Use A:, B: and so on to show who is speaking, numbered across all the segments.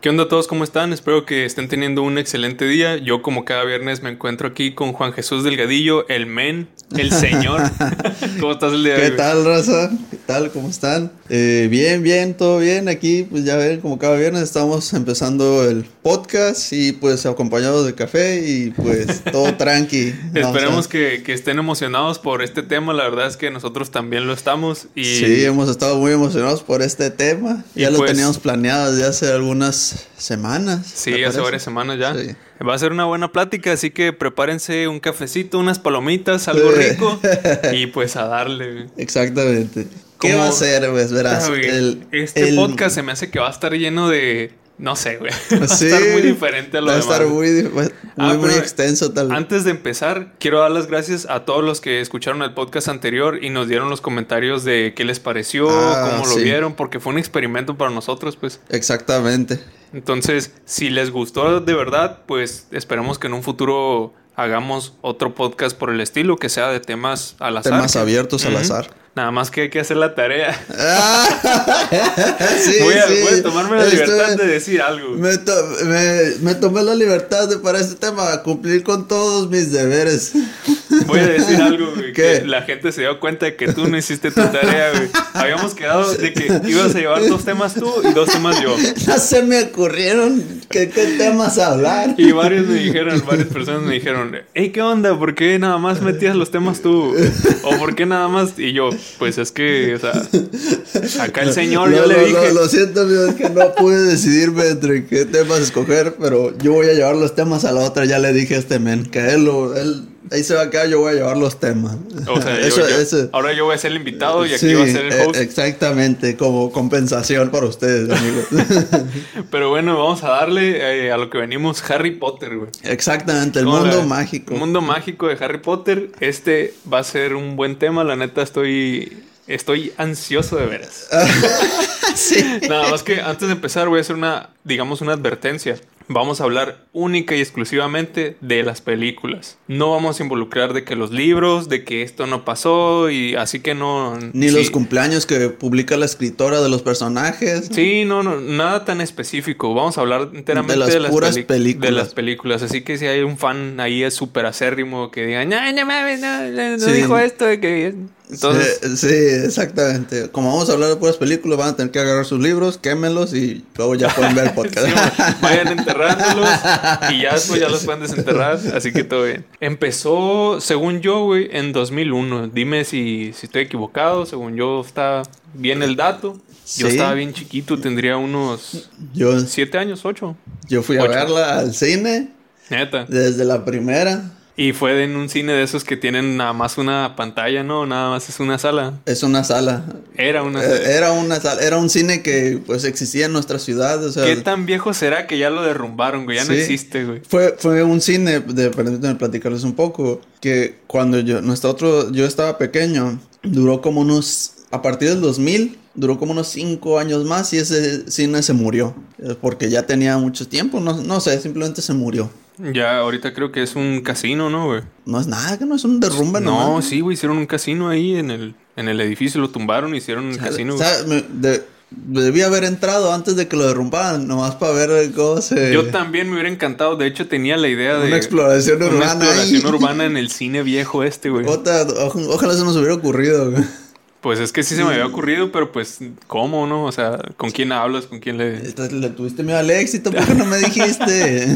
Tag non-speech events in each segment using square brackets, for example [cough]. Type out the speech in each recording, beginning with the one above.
A: ¿Qué onda a todos? ¿Cómo están? Espero que estén teniendo un excelente día. Yo como cada viernes me encuentro aquí con Juan Jesús Delgadillo, el men, el
B: [laughs]
A: señor. ¿Cómo estás el día de
B: ¿Qué
A: hoy? güey?
B: tal, raza? ¿Qué tal? ¿Cómo están? Eh, bien, bien, todo bien. Aquí, pues ya ven, como cada viernes estamos empezando el podcast y pues acompañados de café y pues todo
A: [laughs]
B: tranqui.
A: Esperemos que, que estén emocionados por este tema. La verdad es que nosotros también lo estamos. Y
B: Sí, hemos estado muy emocionados por este tema.
A: Y
B: Ya lo
A: pues-
B: teníamos planeado desde hace algunas semanas.
A: Sí,
B: ¿me
A: hace
B: parece?
A: varias semanas ya.
B: Sí.
A: Va a ser una buena plática, así que prepárense un cafecito, unas palomitas, algo
B: Sí. [laughs]
A: rico. y pues a darle. güey.
B: Exactamente. ¿Qué
A: Como-
B: va a ser, pues? Verás.
A: Ah, güey,
B: el-
A: este
B: el-
A: podcast se me hace que va a estar lleno de. No sé, güey. [laughs] Va a
B: Sí,
A: estar muy diferente a lo
B: va a
A: demás.
B: estar muy, dif- muy,
A: Ah,
B: muy
A: pero
B: extenso tal vez.
A: Antes de empezar, quiero dar las gracias a todos los que escucharon el podcast anterior y nos dieron los comentarios de qué les pareció,
B: Ah,
A: cómo lo
B: sí.
A: vieron, porque fue un experimento para nosotros, pues.
B: Exactamente.
A: Entonces, si les gustó de verdad, pues esperemos que en un futuro hagamos otro podcast por el estilo, que sea de temas al azar.
B: Temas abiertos al
A: Ujú.
B: azar.
A: Nada más que hay que hacer la tarea.
B: Ah, [laughs] sí,
A: [laughs] voy, a,
B: sí.
A: voy a tomarme la
B: Estuve-
A: libertad de decir algo.
B: Me, to- me- me tomé la libertad de para este tema cumplir con todos mis deberes. [laughs]
A: Voy a decir algo, güey.
B: ¿Qué?
A: Que la gente se dio cuenta de que tú no hiciste tu tarea, güey. Habíamos quedado de que ibas a llevar dos temas tú y dos temas yo.
B: No se me ocurrieron que, qué temas hablar.
A: Y varios me dijeron, varias personas me dijeron, hey, ¿qué onda? ¿Por qué nada más metías los temas tú? ¿O por qué nada más? Y yo, pues es que, o sea, acá el señor,
B: Lo-
A: yo le
B: lo-
A: dije,
B: Lo, lo siento, amigo, es que no pude decidirme entre qué temas escoger, pero yo voy a llevar los temas a la otra. Ya le dije a este men que él, lo- él ahí se va a quedar, yo voy a llevar los temas.
A: o
B: [laughs]
A: sea, yo- yo- ahora yo voy a ser el invitado y aquí
B: Sí,
A: va a ser el
B: e-
A: host.
B: Exactamente, como compensación para ustedes, amigos.
A: Pero bueno, vamos a darle eh, a lo que venimos, Harry Potter, güey.
B: exactamente, el
A: ¿Cómo la
B: mundo
A: ves?
B: mágico.
A: El mundo mágico de Harry Potter. Este va a ser un buen tema. La neta, estoy. Estoy ansioso de veras.
B: [laughs] sí.
A: Nada más que antes de empezar, voy a hacer una, digamos, una advertencia. Vamos a hablar única y exclusivamente de las películas. No vamos a involucrar de que los libros, de que esto no pasó y así que no.
B: Ni
A: sí.
B: los cumpleaños que publica la escritora de los personajes.
A: Sí, no, no, nada tan específico. Vamos a hablar enteramente de
B: De
A: las,
B: las puras
A: peli- De
B: películas.
A: las películas. Así que si hay un fan ahí es súper acérrimo que diga, no, no mames, no, no, no
B: Sí.
A: dijo esto de que... Entonces,
B: Eh, sí, exactamente. Como vamos a hablar de puras películas, van a tener que agarrar sus libros, quémelos y luego ya pueden ver el podcast.
A: [laughs] sí, bueno, vayan enterrándolos y ya después ya los pueden desenterrar. Así que todo bien. Empezó, según yo, güey, en 2001. Dime si, si estoy equivocado. Según yo, está bien el dato. Yo
B: Sí.
A: estaba bien chiquito, tendría unos
B: [laughs] yo,
A: siete años, ocho.
B: yo fui a
A: Ocho.
B: verla al cine
A: Neta.
B: desde la primera.
A: Y fue en un cine de esos que tienen nada más una pantalla, ¿no? Nada más es una sala.
B: Es una sala.
A: Era una
B: Eh,
A: sala.
B: Era una sala, era un cine que pues existía en nuestra ciudad. O sea,
A: ¿Qué tan viejo será que ya lo derrumbaron, güey? Ya no
B: Sí.
A: existe, güey.
B: Fue, fue un cine, de, permítanme platicarles un poco, que cuando yo, nosotros, yo estaba pequeño, duró como unos, a partir del 2000, duró como unos 5 años más y ese cine se murió, eh, porque ya tenía mucho tiempo, no, no sé, simplemente se murió.
A: Ya ahorita creo que es un casino, ¿no, güey?
B: No es nada, que no es un derrumbe,
A: no,
B: nomás.
A: sí, güey, hicieron un casino ahí en el, en el edificio, lo tumbaron, hicieron un
B: Chale,
A: casino. güey.
B: ¿sabe? Me- de- debí haber entrado antes de que lo derrumbaran, nomás para ver cómo se...
A: Yo también me hubiera encantado, de hecho tenía la idea de
B: Una exploración
A: una
B: urbana ahí.
A: exploración urbana en el cine viejo este, güey.
B: Otra- o- ojalá se nos hubiera ocurrido. güey.
A: Pues es que sí se me había ocurrido, pero pues, ¿cómo, no? O sea, ¿con quién hablas? ¿Con quién
B: [laughs]
A: le...?
B: Entonces, Le tuviste miedo al éxito, ¿por qué no
A: [laughs]
B: me dijiste?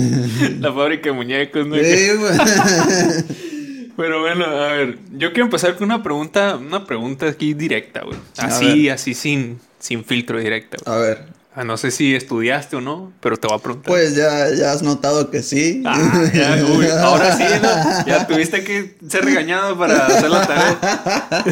A: La fábrica de muñecos, ¿no?
B: Sí, güey.
A: Pero bueno, a ver, yo quiero empezar con una pregunta, una pregunta aquí directa, güey. Así, así sin, sin filtro directa, güey.
B: A ver,
A: Ah, no sé si estudiaste o no, pero te voy a preguntar.
B: pues ya, ya has notado que sí.
A: Ah,
B: [laughs]
A: ya, uy, ahora sí, ¿no? Ya tuviste que ser regañado para hacer la tarea.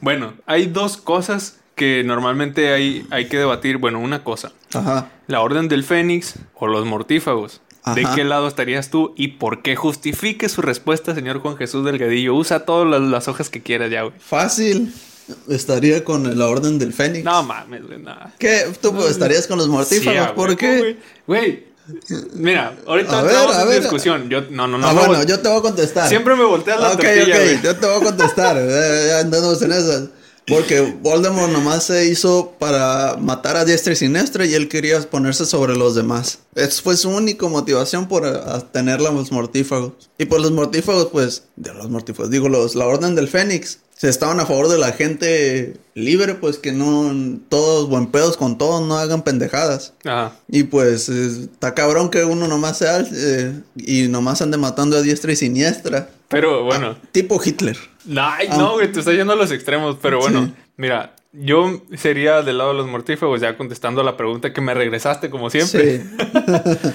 A: bueno, hay dos cosas que normalmente hay, hay que debatir. Bueno, una cosa.
B: Ajá.
A: La Orden del Fénix o los Mortífagos. ¿De
B: Ajá.
A: qué lado estarías tú y por qué? Justifique su respuesta, señor Juan Jesús Delgadillo. Usa todas las, las hojas que quieras ya, güey.
B: Fácil. Estaría con la orden del Fénix.
A: No mames, güey, nada.
B: ¿Qué? ¿Tú pues, estarías con los mortífagos? ¿Por qué?
A: Güey, mira, ahorita
B: A ver,
A: entramos
B: a
A: en
B: ver.
A: discusión. Yo, no, no, no.
B: ah,
A: no,
B: bueno,
A: güey.
B: yo te voy a contestar.
A: Siempre me volteas la
B: Ok,
A: tortilla,
B: ok,
A: güey.
B: yo te voy a contestar. eh, ya andamos en esas. Porque Voldemort nomás se hizo para matar a diestra y siniestra y él quería ponerse sobre los demás. Esa fue su única motivación por eh, a, a tener los mortífagos. Y por los mortífagos, pues, de los mortífagos, digo, los, la Orden del Fénix, se estaban a favor de la gente libre, pues que no todos buen pedos con todos, no hagan pendejadas.
A: Ajá.
B: Y pues está cabrón que uno nomás sea eh, y nomás ande matando a diestra y siniestra.
A: Pero bueno.
B: Ah, tipo Hitler.
A: Ay, no, güey, te estás yendo a los extremos, pero bueno,
B: Ah. Sí.
A: mira, yo sería del lado de los mortífagos, ya contestando a la pregunta que me regresaste, como siempre.
B: Sí.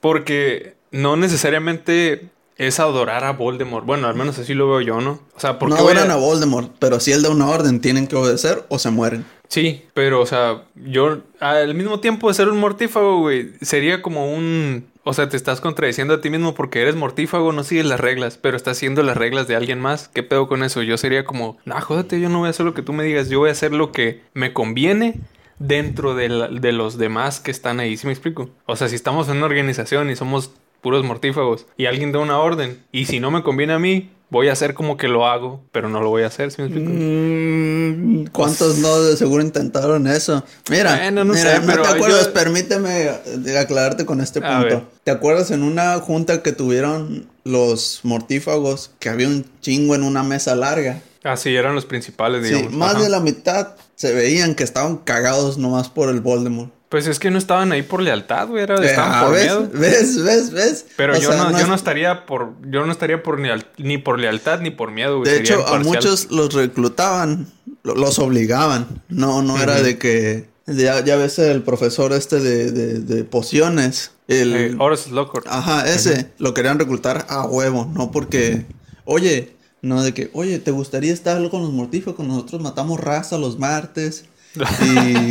A: Porque no necesariamente es adorar a Voldemort. Bueno, al menos así lo veo yo, ¿no? O sea, [laughs] porque
B: No adoran a Voldemort, pero si él da una orden, tienen que obedecer o se mueren.
A: Sí, pero, o sea, yo al mismo tiempo de ser un mortífago, güey, sería como un. O sea, te estás contradiciendo a ti mismo porque eres mortífago, no sigues las reglas, pero estás haciendo las reglas de alguien más. ¿Qué pedo con eso? Yo sería como, nah, jódete, yo no voy a hacer lo que tú me digas, yo voy a hacer lo que me conviene dentro de, la- de los demás que están ahí. ¿Sí me explico? O sea, si estamos en una organización y somos puros mortífagos y alguien da una orden y si no me conviene a mí, voy a hacer como que lo hago, pero no lo voy a hacer. ¿Sí me explico?
B: Mm, ¿Cuántos no de seguro intentaron eso? Mira,
A: pues Bueno, no
B: mira,
A: sé, pero
B: te acuerdas,
A: yo-
B: permíteme eh, aclararte con este
A: A ver.
B: punto. ¿Te acuerdas en una junta que tuvieron los mortífagos que había un chingo en una mesa larga?
A: Ah, sí, eran los principales,
B: Sí,
A: digamos.
B: más
A: Ajá.
B: de la mitad se veían que estaban cagados nomás por el Voldemort.
A: Pues es que no estaban ahí por lealtad, güey, era, estaban
B: Ah,
A: por
B: ¿ves?
A: miedo.
B: ¿Ves? ¿Ves? ¿Ves?
A: Pero
B: O
A: yo,
B: sea,
A: no, yo
B: es-
A: no estaría por, yo no estaría por leal- ni por lealtad ni por miedo, güey.
B: De
A: sería
B: hecho, a
A: imparcial.
B: muchos los reclutaban, lo- los obligaban. No, no era
A: Ujú.
B: de que. Ya, ya ves el profesor este de, de- de pociones. El, Ah,
A: Eh, Horace Lockhart.
B: Ajá, ese. Lo querían reclutar a huevo, no porque. Oye, no de que. Oye, ¿te gustaría estar con los mortífagos? Nosotros matamos raza los martes. Y,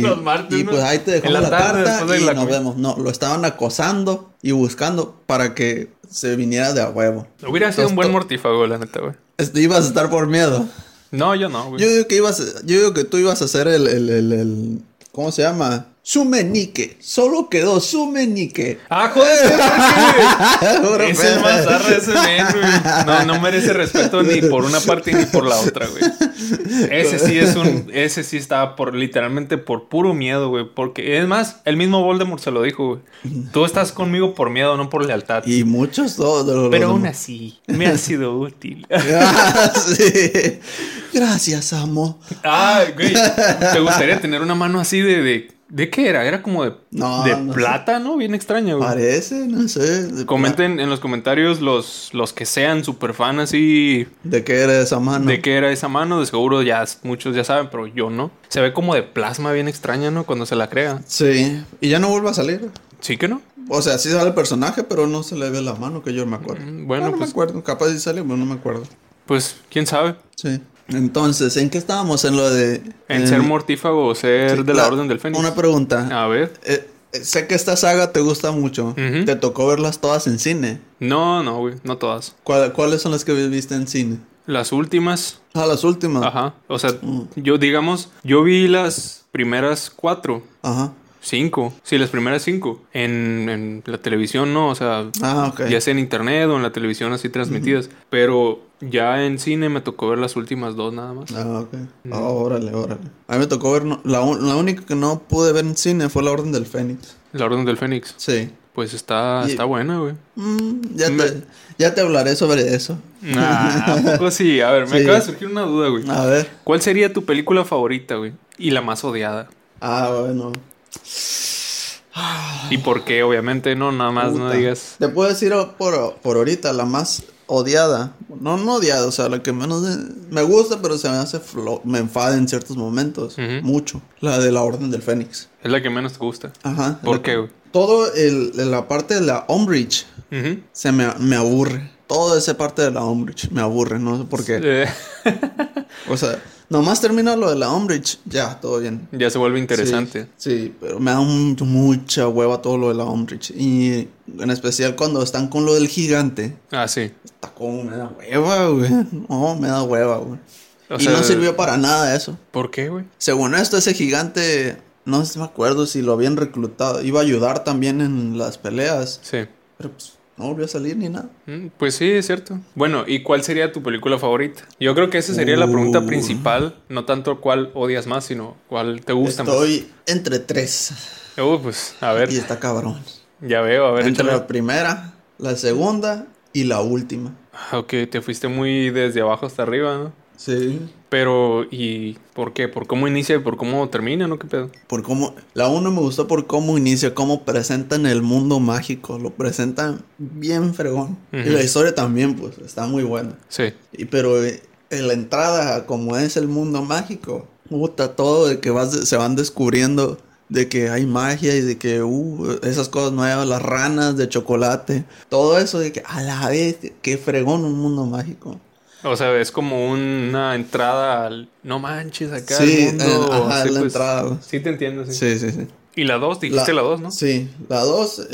A: [laughs] Los martes,
B: y
A: ¿no?
B: pues ahí te dejamos
A: En la
B: la,
A: tarde, después
B: tarta
A: de
B: y
A: la
B: nos
A: comida.
B: vemos. No, lo estaban acosando y buscando para que se viniera de a huevo.
A: Hubiera sido un buen
B: Entonces,
A: mortífago, la neta, güey.
B: Este, ibas a estar por miedo.
A: No, yo no, güey.
B: Yo digo que ibas, yo digo que tú ibas a hacer el, el, el, el- ¿cómo se llama? Sumenique. Solo quedó [laughs] Ah, Sumenique.
A: Ah, joder, ¿por qué,
B: [laughs]
A: güey?
B: Ahora,
A: es el más zarra ese men, güey. No, no merece respeto ni por una parte ni por la otra, güey. Ese sí es un, ese sí estaba por, literalmente por puro miedo, güey. Porque, es más, el mismo Voldemort se lo dijo, güey. Tú estás conmigo por miedo, no por lealtad.
B: Y muchos todos de los-
A: Pero
B: los
A: aún
B: demás.
A: así, me ha sido [laughs] útil.
B: [laughs] Ah, sí. Gracias, amo.
A: ah, güey. ¿Te gustaría tener una mano así de. ¿De, ¿de qué era? Era como de,
B: No,
A: de
B: no sé.
A: plata, ¿no? Bien extraña, güey.
B: Parece, no sé. de-
A: Comenten en los comentarios los, los que sean super fan así
B: ¿De qué era esa mano?
A: de qué era esa mano. De seguro ya s- muchos ya saben, pero yo no. Se ve como de plasma bien extraña, ¿no? Cuando se la crea.
B: Sí. Y ya no vuelve a salir.
A: ¿Sí que no?
B: O sea, sí sale el personaje, pero no se le ve la mano que yo me acuerdo.
A: Mm, bueno,
B: Ah, no
A: pues-
B: me acuerdo. Capaz sí sale, pero no me acuerdo.
A: Pues, quién sabe.
B: Sí. Entonces, ¿en qué estábamos? En lo de.
A: En ser mortífago o ser
B: Eh, Sí,
A: de la,
B: la-
A: Orden del Fénix. Ah.
B: Una pregunta.
A: A ver.
B: Eh, eh, sé que esta saga te gusta mucho.
A: Ujú.
B: Te tocó verlas todas en cine.
A: No, no, güey. No todas.
B: ¿Cuál- ¿Cuáles son las que viste en cine?
A: Las últimas.
B: Ah, las últimas. Ajá.
A: Ajá. O sea,
B: Mm.
A: yo digamos, yo vi las primeras cuatro, cinco, sí, las primeras cinco en, en la televisión, ¿no? O sea,
B: Ah, ok.
A: ya sea en internet o en la televisión así transmitidas. Pero ya en cine me tocó ver las últimas dos nada más.
B: Ah, ok.
A: Mm.
B: Ah, órale, órale. A mí me tocó ver. no- la, un- la única que no pude ver en cine fue La Orden del Fénix.
A: La Orden del Fénix.
B: Sí.
A: Pues está,
B: Y-
A: está buena, güey.
B: Mm, ya,
A: Me-
B: te, ya te hablaré sobre eso.
A: Nah, [laughs] ¿a poco Pues sí. A ver, me
B: Sí. Ah.
A: acaba de surgir una duda, güey.
B: A ver.
A: ¿Cuál sería tu película favorita, güey? Y la más odiada.
B: Ah, bueno.
A: ¿Y por qué? Obviamente, no, nada más no
B: Puta.
A: digas.
B: Te puedo decir oh, por, por ahorita, la más odiada. No, no odiada, o sea, la que menos de- me gusta, pero se me hace flo- me enfada en ciertos momentos.
A: Ujú.
B: Mucho. La de la Orden del Fénix.
A: Es la que menos te gusta.
B: Ajá.
A: ¿Por
B: La-
A: qué, güey?
B: Todo el, la parte de la Umbridge
A: Ujú. [laughs]
B: se me, me aburre. Toda esa parte de la Umbridge me aburre, no sé por qué.
A: Eh.
B: O sea, nomás termina lo de la Umbridge, ya, todo bien.
A: Ya se vuelve interesante.
B: Sí, sí, pero me da un- mucha hueva todo lo de la Umbridge. Y en especial cuando están con lo del gigante.
A: Ah, sí.
B: Está como me da hueva, güey. [laughs] No, me da hueva, güey.
A: O
B: y
A: sea,
B: no sirvió para nada eso.
A: ¿Por qué, güey?
B: Según esto, ese gigante, no sé, me acuerdo si lo habían reclutado. Iba a ayudar también en las peleas.
A: Sí.
B: Pero pues, no volvió a salir ni nada.
A: Mm, Pues sí, es cierto. Bueno, ¿y cuál sería tu película favorita? Yo creo que esa sería la pregunta
B: Uh.
A: principal, no tanto cuál odias más, sino cuál te gusta
B: Estoy entre tres.
A: más. Uh, pues, a ver,
B: Y está cabrón.
A: ya veo, a ver,
B: entre
A: échale.
B: la primera, la segunda y la última.
A: Ah, Ok, te fuiste muy desde abajo hasta arriba, ¿no?
B: Sí.
A: Pero, ¿y por qué? ¿Por cómo inicia y por cómo termina, no? ¿Qué pedo?
B: Por cómo, la uno me gustó por cómo inicia, cómo presentan el mundo mágico. Lo presentan bien fregón. Y
A: Ujú.
B: la historia también, pues, está muy buena.
A: Sí.
B: Y pero eh, en la entrada, como es el mundo mágico, puta, todo de que vas, se van descubriendo de que hay magia y de que, uh, esas cosas nuevas, las ranas de chocolate, todo eso de que a la vez, qué fregón un mundo mágico.
A: O sea, es como una entrada al... No manches, acá
B: Sí,
A: el mundo...
B: en- ajá,
A: sí,
B: la
A: pues,
B: entrada.
A: Sí te entiendo, sí.
B: Sí, sí, sí.
A: Y la 2, dijiste la 2, ¿no?
B: Sí, la 2,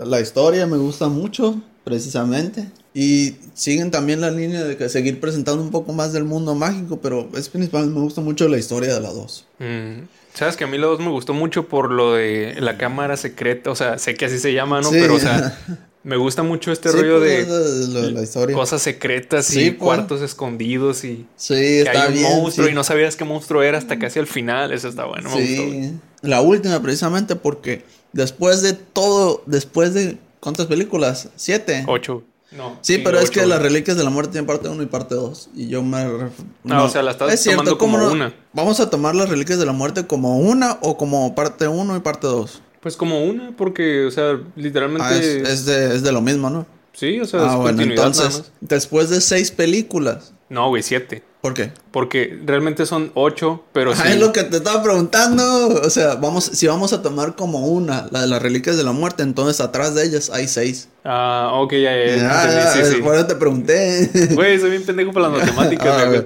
B: la historia me gusta mucho, precisamente. Y siguen también la línea de que seguir presentando un poco más del mundo mágico, pero es principalmente me gusta mucho la historia de la 2.
A: Mm, Sabes que a mí la 2 me gustó mucho por lo de la cámara secreta. O sea, sé que así se llama, ¿no?
B: Sí.
A: Pero, o sea, me gusta mucho este
B: [laughs] Sí,
A: rollo
B: pues,
A: de
B: es de- lo de la historia.
A: cosas secretas y
B: Sí, pues.
A: cuartos escondidos y
B: Sí,
A: que
B: está
A: hay un
B: bien.
A: monstruo
B: sí.
A: y no sabías qué monstruo era hasta casi al final. Eso está bueno, me
B: Sí.
A: gustó. güey.
B: La última, precisamente, porque después de todo, después de. ¿Cuántas películas? ¿Siete?
A: Ocho. No.
B: Sí, pero es
A: ocho,
B: que
A: güey.
B: las reliquias de la muerte tienen parte 1 y parte 2. Y yo me. ref-
A: Ah, o sea, la estás tomando
B: ¿cómo
A: como una.
B: Vamos a tomar las reliquias de la muerte como una o como parte 1 y parte 2.
A: Pues como una, porque, o sea, literalmente.
B: Ah, es, es de, es de lo mismo, ¿no?
A: Sí, o sea, es
B: Ah, bueno,
A: continuidad nada
B: entonces,
A: más.
B: después de seis películas.
A: No, güey, siete.
B: ¿Por qué?
A: Porque realmente son ocho, pero
B: Ah,
A: sí.
B: Es lo que te estaba preguntando. O sea, vamos, si vamos a tomar como una, la de las reliquias de la muerte, entonces atrás de ellas hay seis.
A: Ah, ok, ya, ya, ya,
B: Ah,
A: entendí, sí, sí.
B: Por eso te pregunté. [laughs]
A: Güey, soy bien pendejo para las matemáticas,
B: Ah,
A: güey.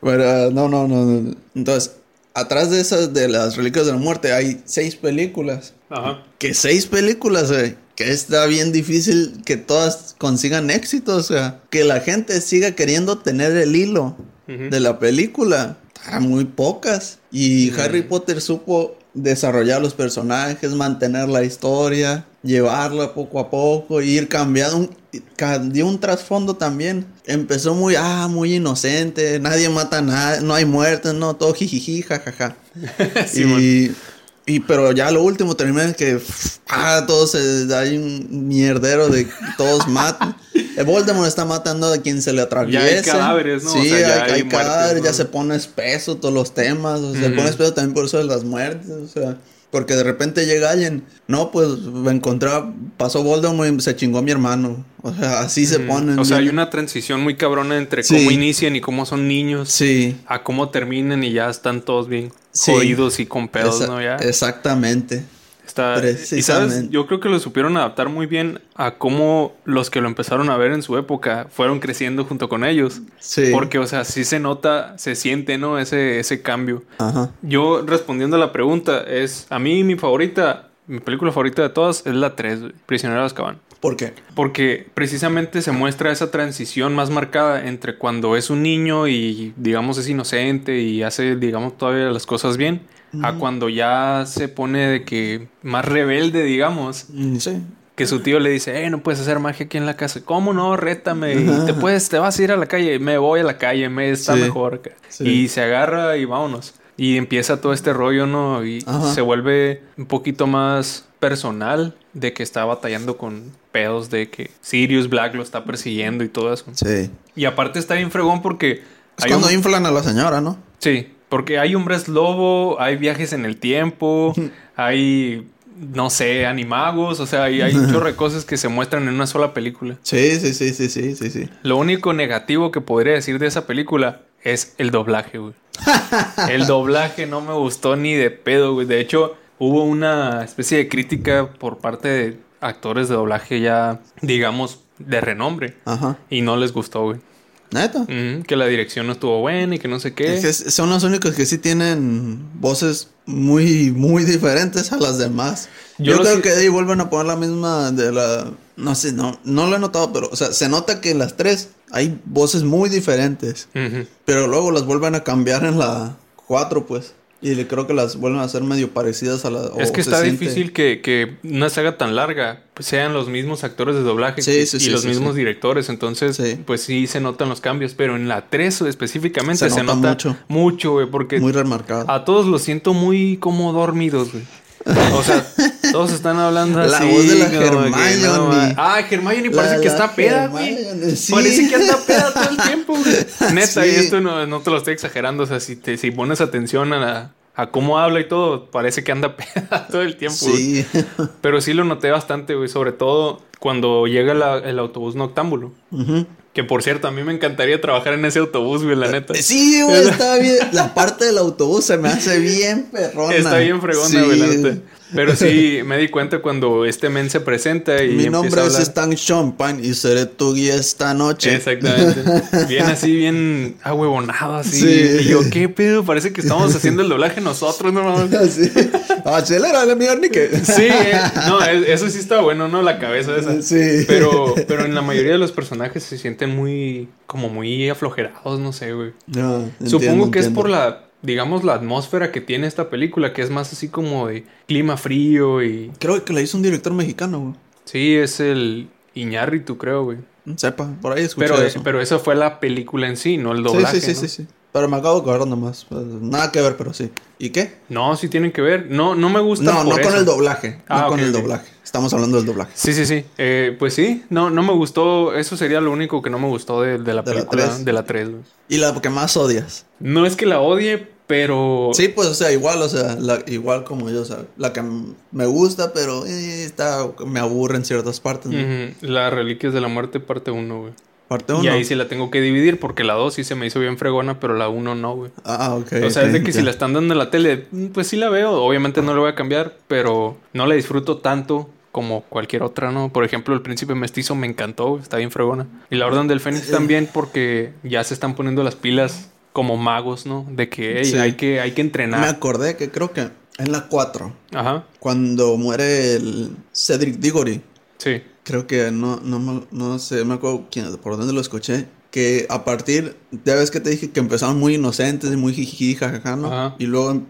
B: bueno, ah, no, no, no, no. Entonces, atrás de esas, de las reliquias de la muerte, hay seis películas.
A: Ajá.
B: Que seis películas, güey. Que está bien difícil que todas consigan éxito, o sea, que la gente siga queriendo tener el hilo
A: Ujú.
B: de la película. Hay muy pocas. Y Harry Potter supo desarrollar los personajes, mantener la historia, llevarla poco a poco, ir cambiando. Un, ca- dio un trasfondo también. Empezó muy, ah, muy inocente. Nadie mata a nadie, no hay muertes, no, todo jijiji, jajaja.
A: Sí, man.
B: y, y pero ya lo último termina en que pff, ah, todos se- hay un mierdero de
A: [laughs]
B: todos matan. El Voldemort está matando a quien se le atraviesa.
A: cadáveres, ¿no? O
B: Sí,
A: sea, ya
B: hay,
A: hay
B: hay
A: muertes,
B: cadáveres, ya
A: ¿no?
B: se pone espeso todos los temas. o sea, Se
A: Ujú.
B: pone espeso también por eso de las muertes, o sea. Porque de repente llega alguien, no, pues me encontré, pasó Voldemort y se chingó a mi hermano. O sea, así se ponen.
A: O sea, hay
B: bien-
A: una transición muy cabrona entre
B: Sí.
A: cómo inician y cómo son niños
B: Sí.
A: a cómo terminan y ya están todos bien
B: Sí.
A: jodidos y con pedos,
B: esa-
A: ¿no? Ya.
B: Exactamente.
A: Está, y sabes,
B: Precisamente.
A: yo creo que lo supieron adaptar muy bien a cómo los que lo empezaron a ver en su época fueron creciendo junto con ellos.
B: Sí.
A: Porque, o sea, sí se nota, se siente, ¿no? Ese, ese cambio.
B: Ajá.
A: Yo respondiendo a la pregunta, es a mí mi favorita, mi película favorita de todas es la 3, Prisionero de Azkaban.
B: ¿Por qué?
A: Porque precisamente se muestra esa transición más marcada entre cuando es un niño y digamos es inocente y hace digamos todavía las cosas bien, a cuando ya se pone de que más rebelde digamos,
B: Mm, Sí.
A: que su tío le dice, eh, no puedes hacer magia aquí en la casa, ¿cómo no? Rétame, y te
B: Ajá.
A: puedes, te vas a ir a la calle, me voy a la calle, me está
B: Sí.
A: mejor. acá".
B: Sí.
A: Y se agarra y vámonos. Y empieza todo este rollo, ¿no? Y
B: Ajá.
A: se vuelve un poquito más personal de que está batallando con pedos de que Sirius Black lo está persiguiendo y todo eso.
B: Sí.
A: Y aparte está bien fregón porque...
B: Es
A: hay
B: cuando
A: un-
B: inflan a la señora, ¿no?
A: Sí, porque hay hombres lobo, hay viajes en el
B: [laughs]
A: tiempo, hay, no sé, animagos, o sea, hay, hay un chorro de cosas que se muestran en una sola película.
B: Sí, sí, sí, sí, sí, sí, sí.
A: Lo único negativo que podría decir de esa película es el doblaje,
B: [laughs]
A: güey. El doblaje no me gustó ni de pedo, güey. De hecho, hubo una especie de crítica por parte de actores de doblaje ya, digamos, de renombre.
B: Ajá.
A: Y no les gustó, güey.
B: Neta.
A: Ujú, que la dirección no estuvo buena y que no sé qué.
B: Es que s- son los únicos que sí tienen voces muy, muy diferentes a las demás.
A: Yo
B: Yo,
A: lo
B: creo
A: si-
B: que ahí vuelven a poner la misma de la. No sé, no, no lo he notado, pero, o sea, se nota que en las tres hay voces muy diferentes.
A: Ujú.
B: Pero luego las vuelven a cambiar en la cuatro, pues. Y le creo que las vuelven a hacer medio parecidas a las.
A: Es que está difícil que, que una saga tan larga pues, sean los mismos actores de doblaje
B: Sí,
A: y-
B: sí,
A: y
B: sí,
A: los
B: sí,
A: mismos
B: sí.
A: directores. Entonces,
B: Sí.
A: pues sí se notan los cambios. Pero en la 3 específicamente
B: Se
A: se,
B: nota
A: nota
B: mucho.
A: mucho, güey, porque
B: Muy remarcado.
A: a todos los siento muy como dormidos, güey. O
B: [laughs]
A: sea, todos están hablando
B: La
A: así.
B: voz de la
A: como que
B: Hermione.
A: ma- ah, Hermione parece
B: La-
A: que
B: la
A: está peda, güey.
B: Hermione, sí.
A: Parece que anda peda todo el tiempo, güey.
B: [laughs]
A: Neta,
B: Sí.
A: y esto no, no te lo estoy exagerando. O sea, si, te, si pones atención a, la- a cómo habla y todo, parece que anda [laughs] peda todo el tiempo. güey.
B: Sí.
A: Pero sí lo noté bastante, güey. Sobre todo cuando llega la- el autobús noctámbulo.
B: Ujú.
A: Que por cierto, a mí me encantaría trabajar en ese autobús, güey, la neta.
B: Eh, Sí, güey, estaba bien. La parte del autobús se me hace bien perrona.
A: Está bien fregona,
B: Sí.
A: güey, la neta. Pero
B: [laughs]
A: sí, me di cuenta cuando este men se presenta y
B: Mi
A: empieza
B: nombre
A: a
B: es este
A: hablar.
B: Stan Champagne y seré tu guía esta noche.
A: Exactamente. Bien así, bien ahuevonado así.
B: Sí.
A: Y yo, ¿qué pedo? Parece que estamos haciendo el doblaje nosotros, no mames.
B: [laughs] Sí. Acelera mi hornique.
A: Sí, eh, no, e- eso sí está bueno, ¿no? La cabeza esa.
B: Sí.
A: Pero, pero en la mayoría de los personajes se sienten muy, como muy aflojerados, no sé, güey.
B: [laughs] No, entiendo,
A: Supongo que es
B: entiendo.
A: por la, digamos, la atmósfera que tiene esta película, que es más así como de clima frío y...
B: Creo que la hizo un director mexicano,
A: Sí, es el Iñárritu, creo, güey.
B: güey. Mm, Sepa, por ahí escuché
A: Pero, eh,
B: eso.
A: pero esa fue la película en sí, no el doblaje,
B: sí, sí,
A: ¿no?
B: sí, sí, sí. Pero me acabo de acordar nomás. Pues, Nada que ver, pero sí. ¿Y qué?
A: No, sí tienen que ver. No, no me gusta.
B: No, no
A: por
B: con
A: eso.
B: el doblaje.
A: Ah,
B: no
A: ok,
B: con el
A: ok.
B: doblaje. Estamos hablando del doblaje.
A: Sí, sí, sí. Eh, pues sí, no, no me gustó. Eso sería lo único que no me gustó de, de la
B: De la
A: película
B: tres.
A: de la 3.
B: ¿Y la que más odias?
A: No es que la odie, pero.
B: Sí, pues, o sea, igual, o sea, la- igual como yo, o sea, la que m- me gusta, pero eh, está, me aburre en ciertas partes. ¿no?
A: Ujú, Las Reliquias de la Muerte, parte 1, güey.
B: Parte 1.
A: Y ahí sí la tengo que dividir porque la 2 sí se me hizo bien fregona, pero la 1 no, güey.
B: Ah, ok.
A: O sea, es de
B: ok,
A: que si
B: ya.
A: la están dando en la tele, mm, pues sí la veo. Obviamente no la voy a cambiar, pero no la disfruto tanto como cualquier otra, ¿no? Por ejemplo, El Príncipe Mestizo me encantó, güey, está bien fregona. Y La Orden del Fénix también porque ya se están poniendo las pilas como magos, ¿no? De que hey,
B: Sí.
A: hay que hay que
B: Me
A: entrenar.
B: acordé que creo que en la 4,
A: Ajá.
B: cuando muere el Cedric Diggory,
A: Sí.
B: creo que no, no, me- no sé, me acuerdo quién- por dónde lo escuché. Que a partir, ya ves que te dije que empezaron muy inocentes y muy jiji, jajaja, ¿no?
A: Ajá.
B: Y luego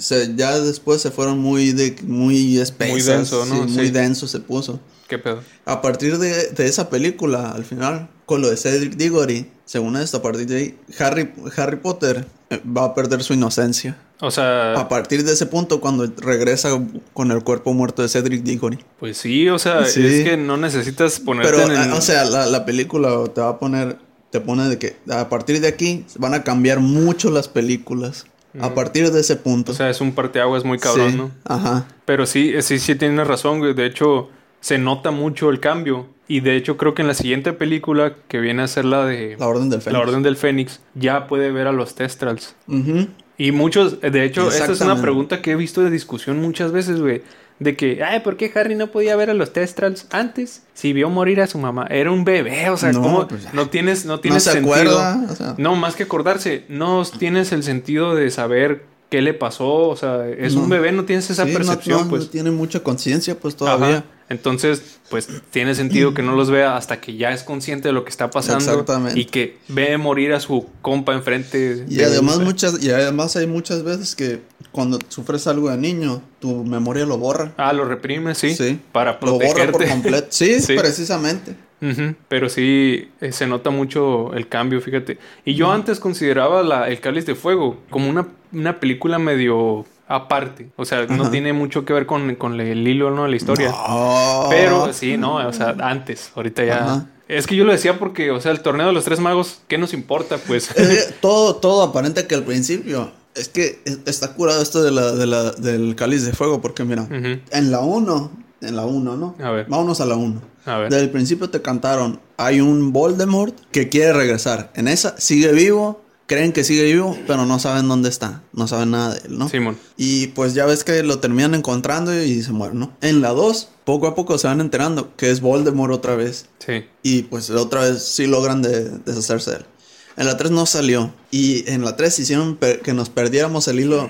B: se- ya después se fueron muy, de, muy espesas.
A: denso, ¿no?
B: sí, muy
A: Sí.
B: denso se puso.
A: ¿Qué pedo?
B: A partir de, de esa película, al final, con lo de Cedric Diggory, según esto, a partir de ahí, Harry, Harry Potter eh, va a perder su inocencia.
A: O sea,
B: A partir de ese punto, cuando regresa con el cuerpo muerto de Cedric Diggory.
A: pues sí, o sea,
B: Sí.
A: es que no necesitas ponerte
B: Pero,
A: en
B: eh, o sea, la, la película te va a poner, te pone de que a partir de aquí van a cambiar mucho las películas. A partir de ese punto.
A: o sea, es un parteaguas muy cabrón,
B: Sí,
A: ¿no?
B: Ajá.
A: Pero sí, eh, sí, sí tienes razón, güey. De hecho, se nota mucho el cambio. Y de hecho, creo que en la siguiente película, que viene a ser la de
B: La Orden del
A: La
B: Fénix.
A: Orden del Fénix, ya puede ver a los Testrals.
B: Ujú.
A: Y muchos, eh, de hecho, esta es una
B: Exactamente.
A: pregunta que he visto de discusión muchas veces, güey. De que, ay, ¿por qué Harry no podía ver a los Testrals antes? Si vio morir a su mamá. Era un bebé, o sea,
B: No,
A: ¿cómo?
B: pues,
A: no tienes, no
B: No
A: tienes
B: se
A: sentido.
B: acuerda. o sea,
A: No, más que acordarse, no tienes el sentido de saber qué le pasó, o sea, es un
B: No.
A: bebé, no tienes esa
B: sí, no-
A: percepción,
B: no-
A: pues.
B: no tiene mucha conciencia, pues
A: Ajá.
B: todavía.
A: Entonces, pues tiene sentido que no los vea hasta que ya es consciente de lo que está pasando
B: Exactamente.
A: y que ve morir a su compa enfrente.
B: Y
A: de-
B: además muchas, y además hay muchas veces que cuando sufres algo de niño, tu memoria lo borra.
A: Ah, lo reprime, sí.
B: Sí.
A: Para
B: Lo borra por
A: protegerte.
B: completo. Sí,
A: Sí.
B: precisamente.
A: [laughs] Ujú, Pero sí eh, se nota mucho el cambio, fíjate. Y yo antes consideraba la, El Cáliz de Fuego como una, una película medio aparte. O sea, no
B: Ajá.
A: tiene mucho que ver con, con el hilo ¿no? de la historia.
B: No.
A: Pero sí, no, o sea, antes, ahorita ya.
B: Oh. Ajá.
A: Es que yo lo decía porque, o sea, el torneo de los tres magos, ¿qué nos importa?
B: [laughs]
A: Pues.
B: Es que todo, todo aparente que al principio. Es que es- está curado esto de la, de la- del cáliz de fuego, porque mira,
A: Ujú.
B: en la 1, en la 1, ¿no?
A: A ver.
B: Vámonos a la 1.
A: A ver.
B: Desde el principio te cantaron, hay un Voldemort que quiere regresar. En esa sigue vivo, creen que sigue vivo, pero no saben dónde está, no saben nada de él, ¿no?
A: Simón.
B: Y pues ya ves que lo terminan encontrando y se mueren, ¿no? En la 2, poco a poco se van enterando que es Voldemort otra vez.
A: Sí.
B: Y pues la otra vez sí logran de- deshacerse de él. En la 3 no salió. Y en la 3 hicieron per- que nos perdiéramos el hilo.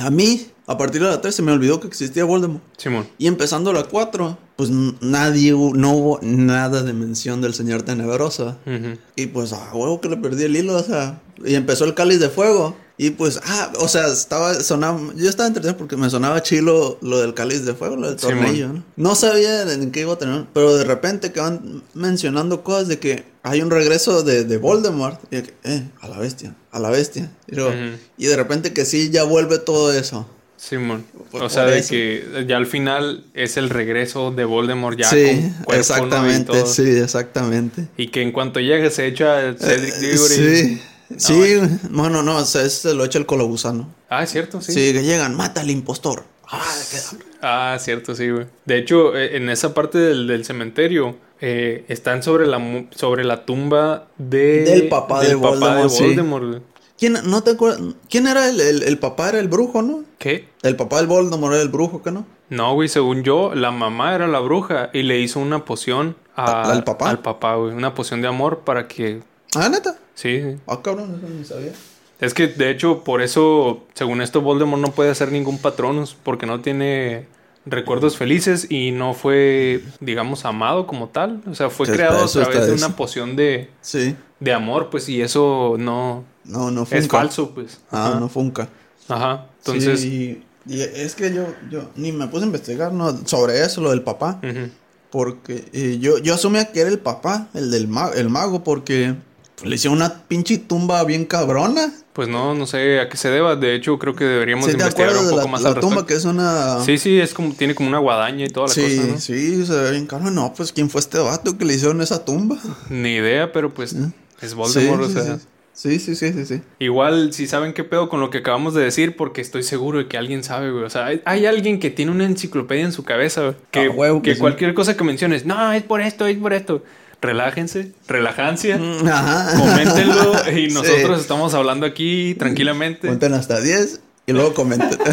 B: A mí, a partir de la 3 se me olvidó que existía Voldemort.
A: Simón.
B: Y empezando la 4, pues n- nadie, hu- no hubo nada de mención del Señor Tenebrosa.
A: Ujú.
B: ah, Y pues a huevo que le perdí el hilo, o sea. Y empezó el cáliz de fuego. Y pues, ah, o sea, estaba, sonaba, yo estaba entretenido porque me sonaba chilo lo del cáliz de fuego, lo del
A: Sí,
B: tornillo, ¿no? No sabía en qué iba a tener, pero de repente que van mencionando cosas de que hay un regreso de, de Voldemort. Y de que, eh, a la bestia, a la bestia. Y, luego,
A: Ujú.
B: y de repente que sí, ya vuelve todo eso.
A: Simón.
B: Por-
A: o sea,
B: por
A: de
B: eso.
A: que ya al final es el regreso de Voldemort ya
B: sí,
A: con cuerpo, ¿no? y
B: exactamente,
A: todo.
B: sí, exactamente.
A: Y que en cuanto llegue se echa a Cedric
B: Eh,
A: Diggory.
B: Sí. Sí, bueno, no, o sea, ese se lo echa el colobusano.
A: Ah, es cierto, sí.
B: Sí. que llegan, mata al impostor. Ah, qué-
A: Ah, cierto, sí, güey. De hecho, eh, en esa parte del, del cementerio eh, están sobre la mu- sobre la tumba de,
B: Del papá de Voldemort, sí.
A: Voldemort.
B: ¿Quién, no te acuerdas? ¿Quién era el, el- el papá? Era el brujo, ¿no?
A: ¿Qué?
B: El papá del Voldemort era el brujo, ¿qué no?
A: No, güey, según yo, la mamá era la bruja y le hizo una poción a-
B: ¿A- al papá?
A: Al papá, güey. Una poción de amor para que.
B: Ah, neta.
A: Sí, sí.
B: Ah, cabrón, eso ni sabía.
A: Es que, de hecho, por eso, según esto, Voldemort no puede hacer ningún patronus porque no tiene recuerdos felices y no fue, digamos, amado como tal. O sea, fue
B: Sí, está
A: creado a
B: eso, está
A: través de
B: eso.
A: una poción de,
B: Sí.
A: de amor, pues, y eso no
B: No, no funca.
A: es falso, pues.
B: Ah, no funca.
A: Ajá. Entonces,
B: Sí, y es que yo, yo ni me puse a investigar no, sobre eso, lo del papá.
A: ujú.
B: Porque eh, yo, yo asumía que era el papá, el del ma- el mago, porque le hicieron una pinche tumba bien cabrona.
A: pues no, no sé a qué se deba. De hecho, creo que deberíamos
B: ¿Sí
A: de
B: te
A: investigar
B: acuerdas
A: un
B: de
A: poco
B: la,
A: más
B: la
A: al respecto.
B: tumba que es una...
A: Sí, sí, es como, tiene como una guadaña y toda la
B: sí,
A: cosa, ¿no?
B: sí, se ve bien cabrón. No, pues ¿quién fue este vato que le hicieron esa tumba?
A: Ni idea, pero pues es Voldemort,
B: ¿Mm? sí,
A: o sea.
B: sí, sí, sí, sí, sí.
A: Igual, si saben qué pedo con lo que acabamos de decir, porque estoy seguro de que alguien sabe, güey. O sea, hay, hay alguien que tiene una enciclopedia en su cabeza, güey. Que,
B: Ah, huevo
A: que
B: que sí.
A: cualquier cosa que menciones, no, es por esto, es por esto. Relájense, relajancia,
B: Ajá.
A: Mm. coméntenlo y nosotros
B: [laughs]
A: este.
B: Sí.
A: estamos hablando aquí tranquilamente.
B: Cuenten hasta 10 y luego comenten. [laughs]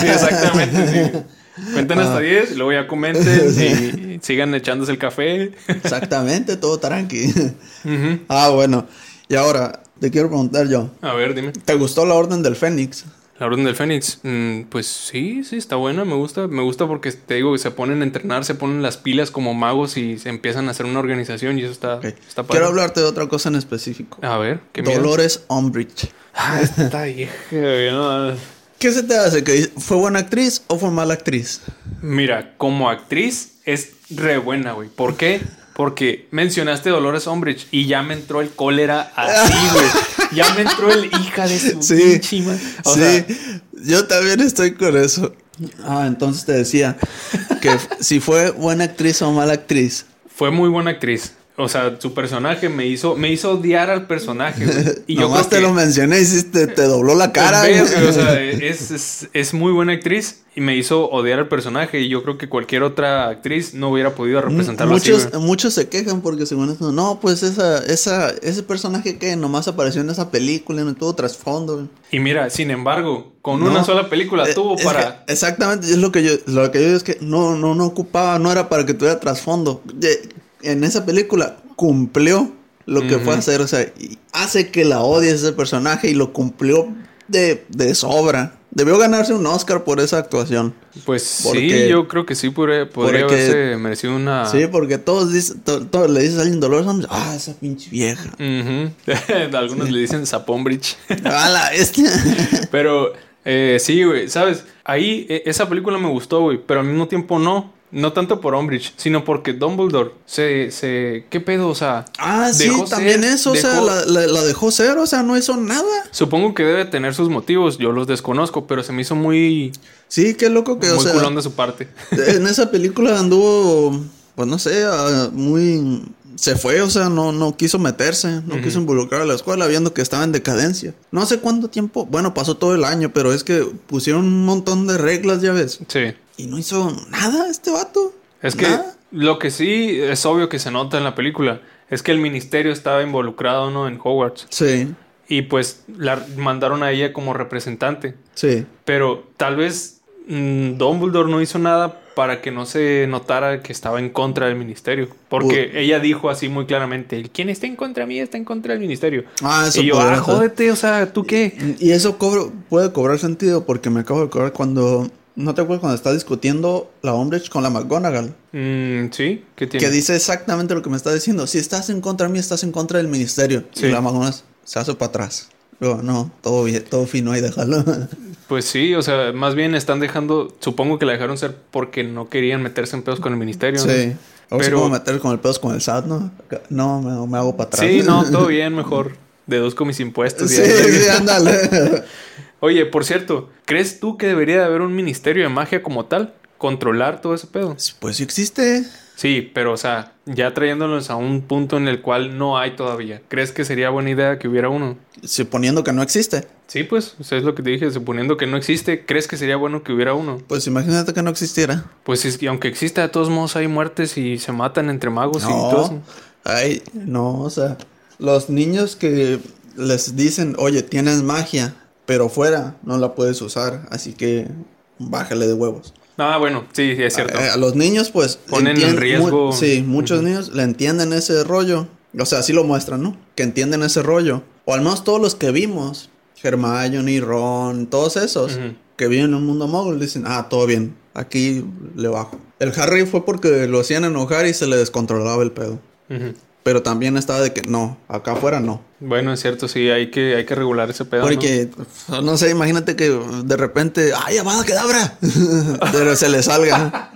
A: Sí, exactamente, sí. Cuenten
B: Ah.
A: hasta 10, luego ya
B: [laughs]
A: comenten y, y sigan echándose el café. [laughs]
B: Exactamente, todo tranqui. [laughs]
A: Ujú.
B: Ah, bueno. Y ahora, te quiero preguntar yo.
A: A ver, dime.
B: ¿Te gustó la Orden del Fénix?
A: La Orden del Fénix, mm, pues sí, sí, está buena, me gusta. Me gusta porque te digo que se ponen a entrenar, se ponen las pilas como magos y se empiezan a hacer una organización y eso está,
B: Ok.
A: está padre.
B: Quiero hablarte de otra cosa en específico.
A: A ver, qué miedo.
B: Dolores Umbridge.
A: Ah, esta vieja, güey, no.
B: ¿Qué se te hace? ¿Que fue buena actriz o fue mala actriz?
A: Mira, como actriz es re buena, güey. ¿Por qué? Porque mencionaste Dolores Umbridge y ya me entró el cólera así, güey. Ya me entró el hija de su
B: Sí.
A: pinche madre. O
B: sí,
A: sea,
B: yo también estoy con eso. Ah, entonces te decía que f- si fue buena actriz o mala actriz.
A: Fue muy buena actriz. O sea, su personaje me hizo, me hizo odiar al personaje.
B: [laughs]
A: güey. Y yo
B: Nomás
A: creo
B: te
A: que
B: lo mencioné, hiciste, te dobló la cara. [laughs]
A: en vez,
B: güey.
A: güey, o sea, es, es- es muy buena actriz y me hizo odiar al personaje. Y yo creo que cualquier otra actriz no hubiera podido representarlo
B: Mm, muchos, eh,
A: así. güey.
B: muchos se quejan porque según eso, no, pues esa, esa, ese personaje que nomás apareció en esa película, no tuvo trasfondo. güey.
A: Y mira, sin embargo, con
B: No.
A: una sola película
B: Eh,
A: tuvo
B: es
A: para.
B: que- exactamente, es lo que yo, lo que yo digo es que no, no, no ocupaba, no era para que tuviera trasfondo. Ye- En esa película cumplió lo que fue
A: Ujú.
B: hacer, o sea, y hace que la odies ese personaje y lo cumplió de, de sobra. Debió ganarse un Oscar por esa actuación.
A: Pues
B: porque-
A: sí, yo creo que sí podría, podría
B: porque-
A: haberse merecido una.
B: Sí, porque todos dicen, to- todos le dicen a alguien Dolores Umbridge, ah, esa pinche
A: [laughs]
B: vieja.
A: Ujú. Algunos le dicen Zapombridge.
B: A la bestia.
A: Pero eh, sí, güey, ¿sabes? Ahí e- esa película me gustó, güey, pero al mismo tiempo no. No tanto por Umbridge, sino porque Dumbledore se, se... ¿Qué pedo? O sea...
B: Ah, sí,
A: dejó
B: también
A: ser,
B: eso, o sea,
A: dejó-
B: la, la- la dejó ser, o sea, no hizo nada.
A: Supongo que debe tener sus motivos, yo los desconozco, pero se me hizo muy...
B: Sí, qué loco que,
A: muy
B: o sea,
A: culón de su parte.
B: En esa película anduvo, pues no sé, ah, muy... Se fue, o sea, no, no quiso meterse, no quiso involucrar a la escuela, viendo que estaba en decadencia. No sé cuánto tiempo, bueno, pasó todo el año, pero es que pusieron un montón de reglas, ya ves.
A: Sí.
B: Y no hizo nada este vato.
A: Es que
B: Nada.
A: lo que sí es obvio que se nota en la película es que el ministerio estaba involucrado, ¿no? En Hogwarts.
B: Sí,
A: Y pues la mandaron a ella como representante.
B: sí.
A: Pero tal vez mm, Dumbledore no hizo nada para que no se notara que estaba en contra del ministerio.
B: Pues
A: Porque ella dijo así muy claramente, quien está en contra mí está en contra del ministerio.
B: Ah, eso
A: y yo,
B: podría
A: ah,
B: ser.
A: jódete, o sea, ¿tú qué?
B: Y eso cobro, puede cobrar sentido porque me acabo de acordar cuando... ¿No te acuerdas cuando está discutiendo la Umbridge con la McGonagall?
A: Mm, sí, ¿qué tiene?
B: Que dice exactamente lo que me está diciendo. Si estás en contra de mí, estás en contra del ministerio.
A: Sí.
B: Y la Magona se hace para atrás. Pero no, todo bien, todo fino ahí, déjalo.
A: Pues sí, o sea, más bien están dejando, supongo que la dejaron ser porque no querían meterse en pedos con el ministerio. ¿no?
B: Sí. O sea,
A: Pero-
B: como meter con el pedo con el SAT, ¿no? No, me, me hago para atrás.
A: Sí, no,
B: [laughs]
A: todo bien, mejor. Deduzco mis impuestos. y
B: Sí,
A: ahí-
B: sí, ándale. [laughs]
A: Oye, por cierto, ¿crees tú que debería de haber un ministerio de magia como tal? Controlar todo ese pedo.
B: Pues sí existe.
A: Sí, pero o sea, ya trayéndonos a un punto en el cual no hay todavía. ¿Crees que sería buena idea que hubiera uno?
B: Suponiendo que no existe.
A: Sí, pues, o sea, es lo que te dije, suponiendo que no existe, ¿crees que sería bueno que hubiera uno?
B: Pues imagínate que no existiera.
A: Pues es que aunque exista, de todos modos hay muertes y se matan entre magos y todo
B: No.
A: eso.
B: Ay, no, o sea, los niños que les dicen, oye, tienes magia, pero fuera no la puedes usar, así que bájale de huevos.
A: Ah, bueno, sí, es cierto.
B: A, a los niños, pues.
A: Ponen en
B: entien- mu-
A: riesgo.
B: sí, muchos
A: Ujú.
B: niños le entienden ese rollo. O sea, así lo muestran, ¿no? Que entienden ese rollo. O al menos todos los que vimos, Hermione, Ron, todos esos,
A: Ujú.
B: que viven en un mundo mogul, dicen, ah, todo bien, aquí le bajo. El Harry fue porque lo hacían enojar y se le descontrolaba el pedo.
A: Ujú.
B: Pero también estaba de que no, acá afuera no.
A: Bueno, es cierto, sí, hay que, hay que regular ese pedo. ¿no?
B: Porque, no. sé, imagínate que de repente, ¡ay, llamada cadabra! [laughs] Pero se
A: [laughs]
B: le salga.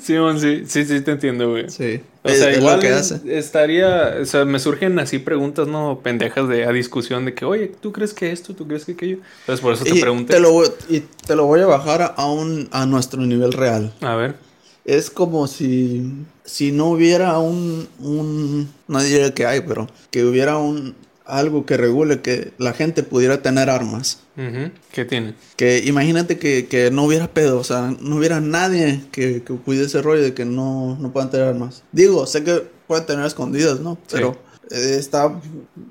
A: Sí, mon, sí, sí, sí, te entiendo, güey.
B: Sí.
A: O sea,
B: es, es
A: igual
B: lo que hace.
A: estaría, o sea, me surgen así preguntas, no pendejas de a discusión de que, oye, ¿tú crees que esto? ¿Tú crees que aquello? Entonces por eso te
B: Y
A: pregunté.
B: te lo, voy- y te lo voy a bajar a, a un, a nuestro nivel real.
A: A ver.
B: Es como si, si no hubiera un, un... No diré que hay, pero que hubiera un algo que regule que la gente pudiera tener armas.
A: ujú, ¿Qué tiene?
B: Que imagínate que, que no hubiera pedo, o sea, no hubiera nadie que, que cuide ese rollo de que no, no puedan tener armas. Digo, sé que pueden tener escondidas, ¿no? Pero eh, está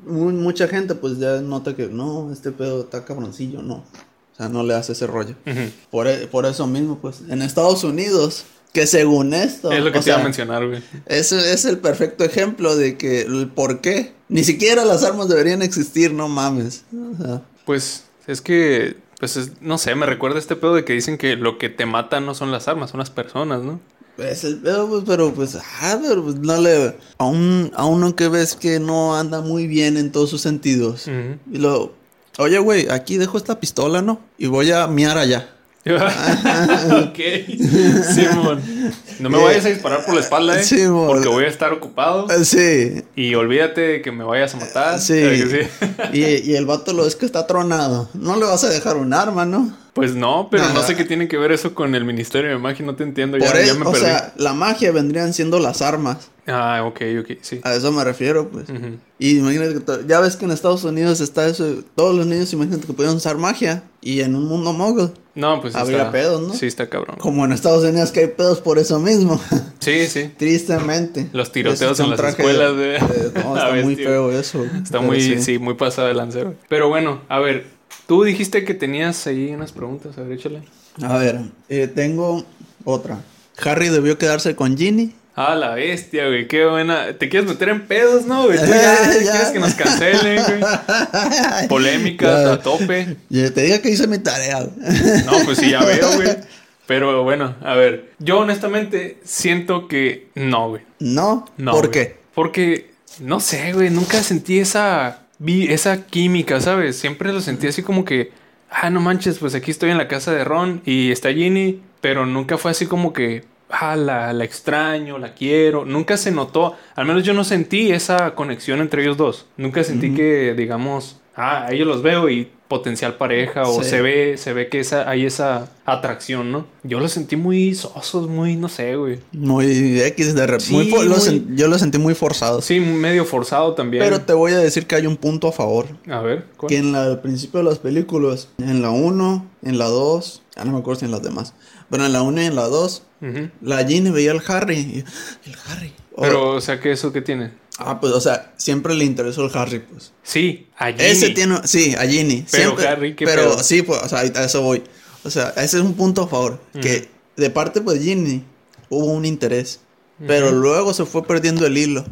B: mu- mucha gente, pues ya nota que no, este pedo está cabroncillo, no. O sea, no le hace ese rollo.
A: Ujú.
B: Por, e- por eso mismo, pues, en Estados Unidos, que según esto.
A: Es lo que
B: o
A: te iba a
B: sea,
A: mencionar, güey.
B: es, es el perfecto ejemplo de que el por qué. Ni siquiera las armas deberían existir, no mames. O sea,
A: Pues es que, pues es- no sé, me recuerda este pedo de que dicen que lo que te mata no son las armas, son las personas, ¿no?
B: Es el pedo, pues, pero pues, ah, pero pues no le. A, un, a uno que ves que no anda muy bien en todos sus sentidos.
A: Ujú.
B: Y lo. Oye, güey, aquí dejo esta pistola, ¿no? Y voy a miar allá.
A: [laughs] ok, Simón. No me
B: Eh,
A: vayas a disparar por la espalda, ¿eh?
B: Simón.
A: Porque voy a estar ocupado.
B: Eh, Sí.
A: Y olvídate de que me vayas a matar.
B: Sí.
A: Eh, que sí.
B: Y, y el vato lo es que está tronado. No le vas a dejar un arma, ¿no?
A: Pues no, pero no
B: Nada.
A: sé qué tiene que ver eso con el Ministerio de Magia, no te entiendo, ya,
B: Por
A: ya
B: eso,
A: me
B: o
A: perdí.
B: sea, la magia vendrían siendo las armas.
A: Ah, ok, ok, sí.
B: A eso me refiero, pues.
A: Ujú.
B: Y imagínate que to- ya ves que en Estados Unidos está eso. Todos los niños, imagínate que pudieron usar magia. Y en un mundo mogul.
A: No, pues sí
B: Habría
A: está-
B: pedos, ¿no?
A: Sí, está cabrón.
B: Como en Estados Unidos que hay pedos por eso mismo. [laughs]
A: Sí, sí.
B: Tristemente.
A: Los tiroteos
B: Ese es
A: en
B: un
A: las
B: traje
A: escuelas,
B: de-
A: güey. [laughs]
B: de- no,
A: A
B: está
A: ver,
B: muy
A: tío.
B: feo eso.
A: Está
B: pero
A: muy, sí, muy pasada de lancero. Pero bueno, a ver, tú dijiste que tenías ahí unas preguntas, a ver, échale.
B: A ver, eh, tengo otra. Harry debió quedarse con
A: [laughs]
B: Ginny.
A: Ah, la bestia, güey, qué buena. Te quieres meter en pedos, ¿no, güey? Tú ya,
B: [laughs] Eh, ya.
A: quieres que nos cancelen,
B: [laughs]
A: güey. Polémicas
B: Ya.
A: a tope.
B: Y te diga que hice mi tarea.
A: No, pues sí, ya veo, güey. Pero bueno, a ver, yo honestamente siento que no, güey.
B: no,
A: No.
B: ¿por
A: güey.
B: qué?
A: Porque, no sé, güey, nunca sentí esa, vi- esa química, ¿sabes? Siempre lo sentí así como que, ah, no manches, pues aquí estoy en la casa de Ron y está Ginny, pero nunca fue así como que, ah, la, la extraño, la quiero. Nunca se notó, al menos yo no sentí esa conexión entre ellos dos. Nunca sentí que, digamos, ah, a ellos los veo y potencial pareja o
B: Sí.
A: se ve se ve que esa hay esa atracción, ¿no? Yo los sentí muy sosos, muy no sé, güey.
B: Muy X de repente.
A: Sí, muy-
B: yo lo sentí muy forzado.
A: Sí, medio forzado también.
B: Pero te voy a decir que hay un punto a favor.
A: A ver, ¿cuál?
B: Que en la, al principio de las películas, en la 1, en la 2, ya no me acuerdo si en las demás, pero en la 1 y en la 2,
A: Ujú.
B: La Ginny veía al Harry. y, El Harry. O-
A: Pero, o sea, ¿qué eso que tiene?
B: ah, pues, o sea, siempre le interesó el Harry, pues.
A: Sí, allí.
B: Ese tiene. Sí, a Ginny.
A: Pero
B: siempre,
A: Harry, ¿qué
B: Pero
A: pedo?
B: sí, pues, o sea, ahí- a eso voy. O sea, ese es un punto a favor. Que de parte, pues, Ginny hubo un interés. Pero luego se fue perdiendo el hilo.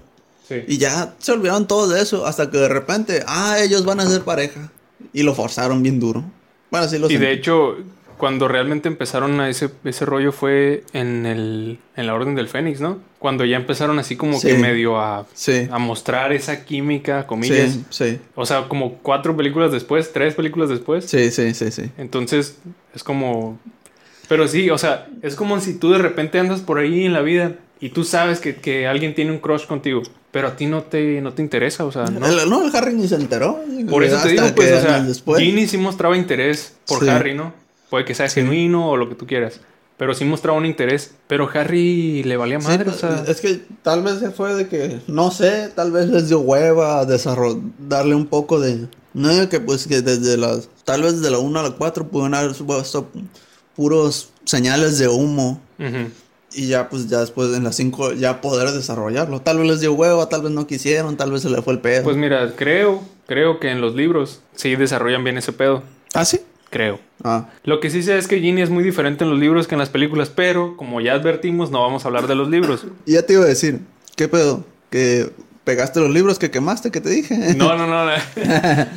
A: Sí.
B: Y ya se olvidaron todos de eso. Hasta que de repente, ah, ellos van a ser pareja. Y lo forzaron bien duro. Bueno, sí lo
A: Y de
B: sentí.
A: hecho, cuando realmente empezaron a ese, ese rollo fue en, el, en la Orden del Fénix, ¿no? Cuando ya empezaron así como
B: Sí.
A: que medio a,
B: Sí.
A: a mostrar esa química, comillas.
B: Sí, sí,
A: O sea, como cuatro películas después, tres películas después.
B: sí, sí, sí, sí.
A: Entonces, es como. Pero sí, o sea, es como si tú de repente andas por ahí en la vida y tú sabes que, que alguien tiene un crush contigo, pero a ti no te, no te interesa, o sea, no.
B: El, Ah, no, el Harry ni se enteró.
A: Por eso te
B: Hasta
A: digo, pues,
B: que
A: o sea,
B: años después.
A: Ginny sí mostraba interés por
B: Sí.
A: Harry, ¿no? Puede que sea
B: Sí.
A: genuino o lo que tú quieras, pero sí mostraba un interés. Pero Harry le valía madre,
B: Sí,
A: o sea.
B: Es que tal vez se fue de que, no sé, tal vez les dio hueva desarrollar, darle un poco de... No digo que pues que desde las, tal vez de la 1 a la 4 pudieron haber puesto puros señales de humo
A: ujú.
B: y ya pues ya después en las 5 ya poder desarrollarlo. Tal vez les dio hueva, tal vez no quisieron, tal vez se le fue el pedo.
A: Pues mira, creo, creo que en los libros sí desarrollan bien ese pedo.
B: ¿Ah, sí?
A: Creo.
B: Ah,
A: Lo que sí sé es que Ginny es muy diferente en los libros que en las películas, pero como ya advertimos, no vamos a hablar de los
B: [laughs]
A: libros.
B: y ya te iba a decir, ¿qué pedo? Que pegaste los libros que quemaste, que te dije.
A: No, no,
B: [laughs]
A: no. No,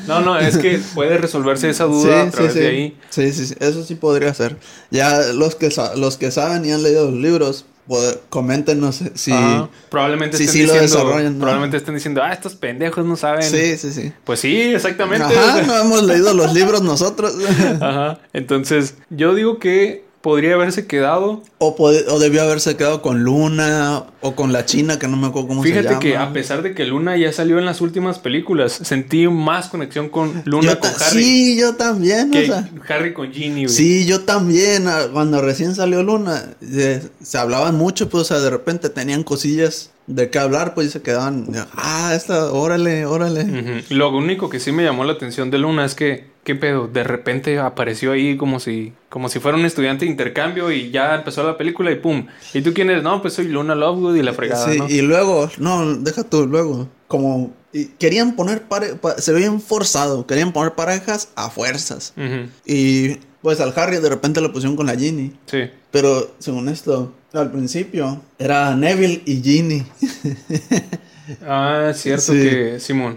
A: no, no, es que puede resolverse esa duda a través de ahí.
B: Sí, sí, sí, eso sí podría ser. Ya los que sa- los que saben y han leído los libros, poder- coméntenos si
A: Ajá. Probablemente
B: Sí,
A: estén
B: sí lo
A: diciendo,
B: desarrollan, ¿no?
A: probablemente estén diciendo, ah, estos pendejos no saben.
B: Sí, sí, sí.
A: Pues sí, exactamente. o [laughs]
B: Ajá,
A: sea.
B: no hemos leído los
A: [laughs]
B: libros nosotros.
A: Ajá. Entonces, yo digo que podría haberse quedado.
B: o, pod- o debió haberse quedado con Luna o con la China, que no me acuerdo cómo se
A: Fíjate
B: llama.
A: que a pesar de que Luna ya salió en las últimas películas, sentí más conexión con Luna
B: Yo
A: con
B: ta-
A: Harry
B: Sí, yo también, o
A: que
B: sea.
A: Harry con Ginny. güey.
B: Sí, yo también, ah, cuando recién salió Luna, de- se hablaban mucho, pues, o sea, de repente tenían cosillas de qué hablar, pues, y se quedaban, ah, esta, órale, órale.
A: Ujú. Lo único que sí me llamó la atención de Luna es que, ¿qué pedo? De repente apareció ahí como si, como si fuera un estudiante de intercambio y ya empezó la película y pum. ¿Y tú quién eres? No, pues soy Luna Lovegood y la fregada,
B: Sí,
A: ¿no?
B: y luego, no, deja tú, luego, como y querían poner, pare- pa- se veían forzado, querían poner parejas a fuerzas.
A: Ujú.
B: Y pues al Harry de repente lo pusieron con la Ginny.
A: Sí.
B: Pero según esto, al principio era Neville y Ginny. [laughs]
A: Ah, es cierto
B: Sí.
A: que, Simón.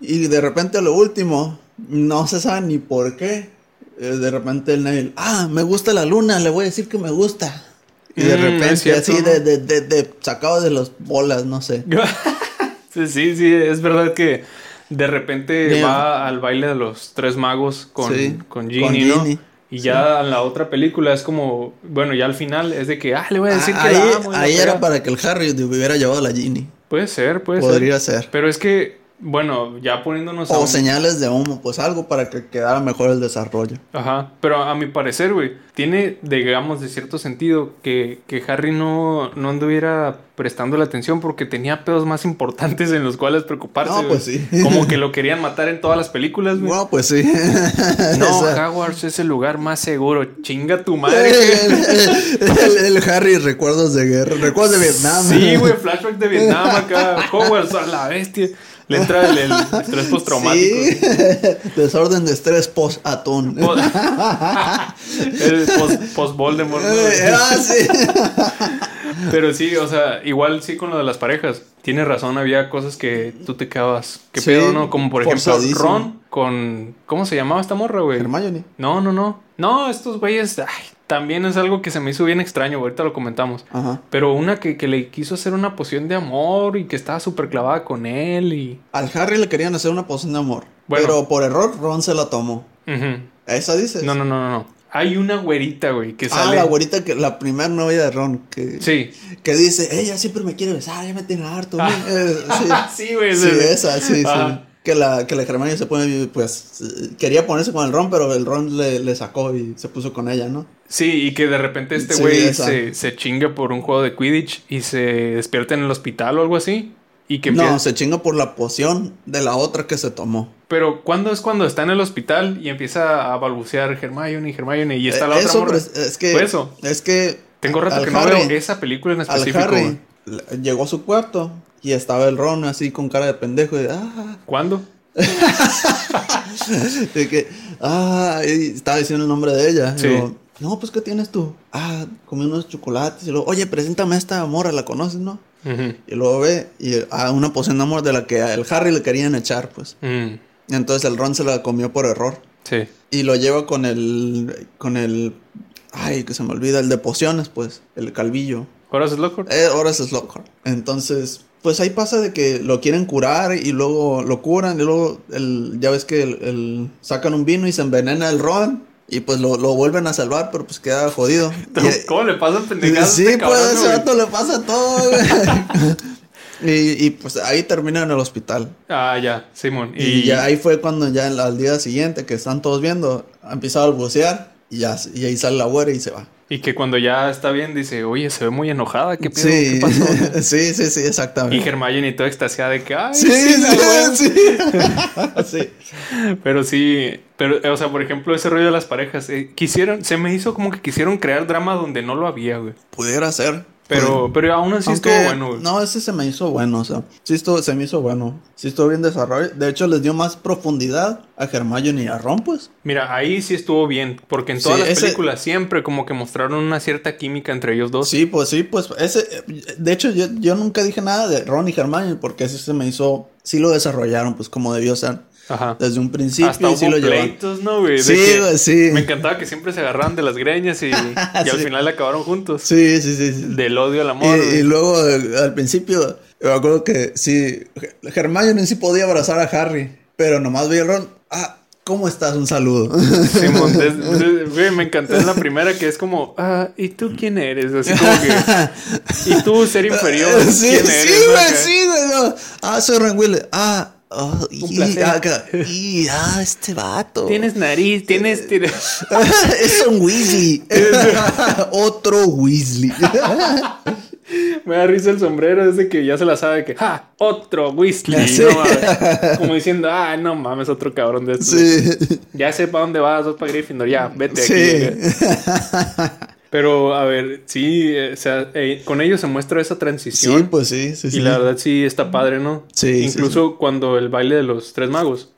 B: Y de repente lo último, no se sabe ni por qué. eh, De repente el Neville, ah, me gusta la luna, le voy a decir que me gusta. Y de
A: Mm, es
B: repente
A: cierto,
B: así
A: ¿no?
B: de, de, de, de- sacado de las bolas, no sé.
A: [laughs] sí, sí, sí, es verdad que de repente
B: Bien.
A: va al baile de los tres magos con,
B: Sí,
A: con
B: con
A: Ginny, ¿no?
B: Ginny.
A: Y ya en la otra película es como, bueno, ya al final es de que, ah, le voy a decir
B: Ah,
A: que
B: ahí
A: la amo. y la
B: ahí era
A: fregada.
B: para que el Harry de- hubiera llevado a la Ginny.
A: Puede ser, puede ser.
B: Podría ser.
A: Pero es que, bueno, ya poniéndonos a
B: O
A: un-
B: señales de humo, pues algo para que quedara mejor el desarrollo.
A: Ajá, pero a mi parecer, güey, tiene, digamos, de cierto sentido que, que Harry no, no anduviera prestando la atención porque tenía pedos más importantes en los cuales preocuparse.
B: No,
A: güey.
B: pues sí.
A: Como que lo querían matar en todas las películas, güey.
B: Bueno,
A: [laughs]
B: pues sí. [laughs]
A: No,
B: Esa-
A: Hogwarts es el lugar más seguro. Chinga tu madre. güey.
B: el, [laughs] el- el Harry, recuerdos de guerra, recuerdos de Vietnam.
A: Sí,
B: [laughs]
A: güey, flashback de Vietnam acá. Hogwarts a la bestia. Le entra el, el estrés postraumático.
B: Sí. [laughs] Desorden de
A: [laughs]
B: estrés post-atón.
A: Po- [laughs]
B: [laughs]
A: el post- post-Voldemort. ¿no?
B: Eh, ah,
A: [laughs]
B: sí.
A: Pero sí, o sea, igual sí con lo de las parejas. Tienes razón, había cosas que tú te quedabas. ¿Qué
B: Sí,
A: pedo, no? Como por ejemplo
B: forzadísimo.
A: Ron con... ¿Cómo se llamaba esta morra, güey?
B: Hermione.
A: No, no, no. No, estos güeyes... ay, también es algo que se me hizo bien extraño, ahorita lo comentamos.
B: Ajá.
A: Pero una que, que le quiso hacer una poción de amor y que estaba súper clavada con él y...
B: Al Harry le querían hacer una poción de amor.
A: Bueno.
B: Pero por error, Ron se la tomó.
A: Ujú.
B: ¿Esa dices?
A: No, no, no, no, no. Hay una güerita, güey, que
B: Ah,
A: sale...
B: la güerita, que, la primer novia de Ron. Que,
A: Sí.
B: que dice, ella siempre me quiere besar, ya me tiene harto.
A: Ah.
B: Eh, sí.
A: [laughs] sí, güey.
B: Sí,
A: sí.
B: esa, sí, sí.
A: Ajá.
B: Que la, que la Hermione se pone, pues, eh, quería ponerse con el Ron, pero el Ron le, le sacó y se puso con ella, ¿no?
A: Sí, y que de repente este
B: Sí,
A: güey
B: esa.
A: se, se chinga por un juego de Quidditch y se despierta en el hospital o algo así. Y que
B: No,
A: empieza-
B: se chinga por la poción de la otra que se tomó.
A: Pero ¿cuándo es cuando está en el hospital y empieza a balbucear Hermione, Hermione y está la
B: Eh,
A: otra
B: eso,
A: morra?
B: pres- es que
A: Fue eso.
B: es que
A: Tengo rato
B: al
A: que no
B: Harry-
A: veo esa película en
B: al
A: específico. güey.
B: Harry le- llegó a su cuarto y estaba el Ron así con cara de pendejo y ah,
A: ¿Cuándo?
B: [laughs] de que ah, y estaba diciendo el nombre de ella. Y
A: Sí.
B: luego, no, pues qué tienes tú? Ah, comí unos chocolates y luego, "Oye, preséntame a esta morra, ¿la conoces, no?"
A: Ujú.
B: Y luego ve y a una poción de amor de la que al Harry le querían echar, pues.
A: Mm.
B: Entonces el Ron se la comió por error.
A: Sí.
B: Y lo lleva con el. con el. Ay, que se me olvida, el de pociones, pues. El calvillo.
A: ¿Ahora es loco?
B: Eh, ahora es Slockhart. Entonces, pues ahí pasa de que lo quieren curar y luego lo curan. Y luego el, ya ves que el, el- sacan un vino y se envenena el Ron. Y pues lo, lo vuelven a salvar, pero pues
A: [laughs]
B: queda jodido. Y-
A: ¿Cómo le pasan pendejadas?
B: eh, Sí,
A: a este
B: pues
A: cabrón,
B: a ese
A: güey?
B: vato le pasa todo, güey. [laughs] y, y, pues ahí termina en el hospital.
A: Ah, ya, Simón.
B: Y, ya ahí fue cuando ya al- al día siguiente que están todos viendo, empieza a balbucear y, ya, y ahí sale la güera y se va.
A: Y que cuando ya está bien dice, oye, se ve muy enojada, ¿qué pedo? ¿Qué
B: sí.
A: pasó?
B: [laughs] sí, sí, sí,
A: Y
B: exactamente.
A: Hermione y toda extasiada de que, ay,
B: Sí, sí,
A: la huevo".
B: sí. [laughs] sí.
A: Pero sí, pero, eh, o sea, por ejemplo, ese rollo de las parejas, eh, quisieron, se me hizo como que quisieron crear drama donde no lo había, güey.
B: Pudiera ser.
A: Pero, pero aún así
B: Aunque,
A: estuvo bueno, güey.
B: No, ese se me hizo bueno, o sea, sí estuvo, se me hizo bueno. Sí estuvo bien desarrollo. De hecho, les dio más profundidad a Hermione y a Ron, pues.
A: Mira, ahí sí estuvo bien, porque en
B: Sí,
A: todas las
B: ese-
A: películas siempre como que mostraron una cierta química entre ellos dos.
B: Sí, pues sí, pues ese, eh, de hecho yo, yo nunca dije nada de Ron y Hermione porque eso se me hizo, sí lo desarrollaron pues como debió ser
A: Ajá.
B: desde un principio
A: Hasta
B: y sí
A: hubo
B: lo llevaron.
A: pleitos, ¿no, güey? De
B: Sí,
A: que
B: güey, sí.
A: Me encantaba que siempre se agarraban de las greñas
B: [laughs]
A: y, y al
B: Sí.
A: final acabaron juntos.
B: Sí, sí, sí. sí.
A: Del odio al
B: Y,
A: amor.
B: y
A: güey.
B: luego eh, al principio me acuerdo que sí, Her- Hermione sí podía abrazar a Harry, pero nomás veía a Ron, ah, ¿cómo estás? Un saludo.
A: Simón, des-
B: [laughs]
A: des- güey, me encantó en la primera que es como, ah, ¿y tú quién eres? Así como que, ¿y tú ser inferior?
B: [laughs] sí,
A: ¿Quién eres?
B: sí,
A: no?
B: güey,
A: Acá.
B: sí, güey. no. Ah, soy Ron Willis. Ah, oh,
A: Un
B: y,
A: placer.
B: ah, ca- y, ah, este vato.
A: Tienes nariz, tienes, tienes-
B: [laughs] es un Weasley. [laughs] Otro Weasley.
A: [laughs]
B: [laughs]
A: Me da risa el sombrero desde que ya se la sabe que, ¡ah! Otro Weasley.
B: Sí.
A: no mames. Como diciendo, ah, no mames, otro cabrón de estos.
B: sí.
A: Ya sé para dónde vas, vas para Gryffindor, ya, vete aquí.
B: Sí.
A: acá. Pero, a ver, sí, eh, o sea, eh, con ellos se muestra esa transición.
B: Sí, pues sí, sí, sí.
A: Y la verdad sí está padre, ¿no?
B: Sí, sí,
A: Incluso cuando el baile de los tres magos.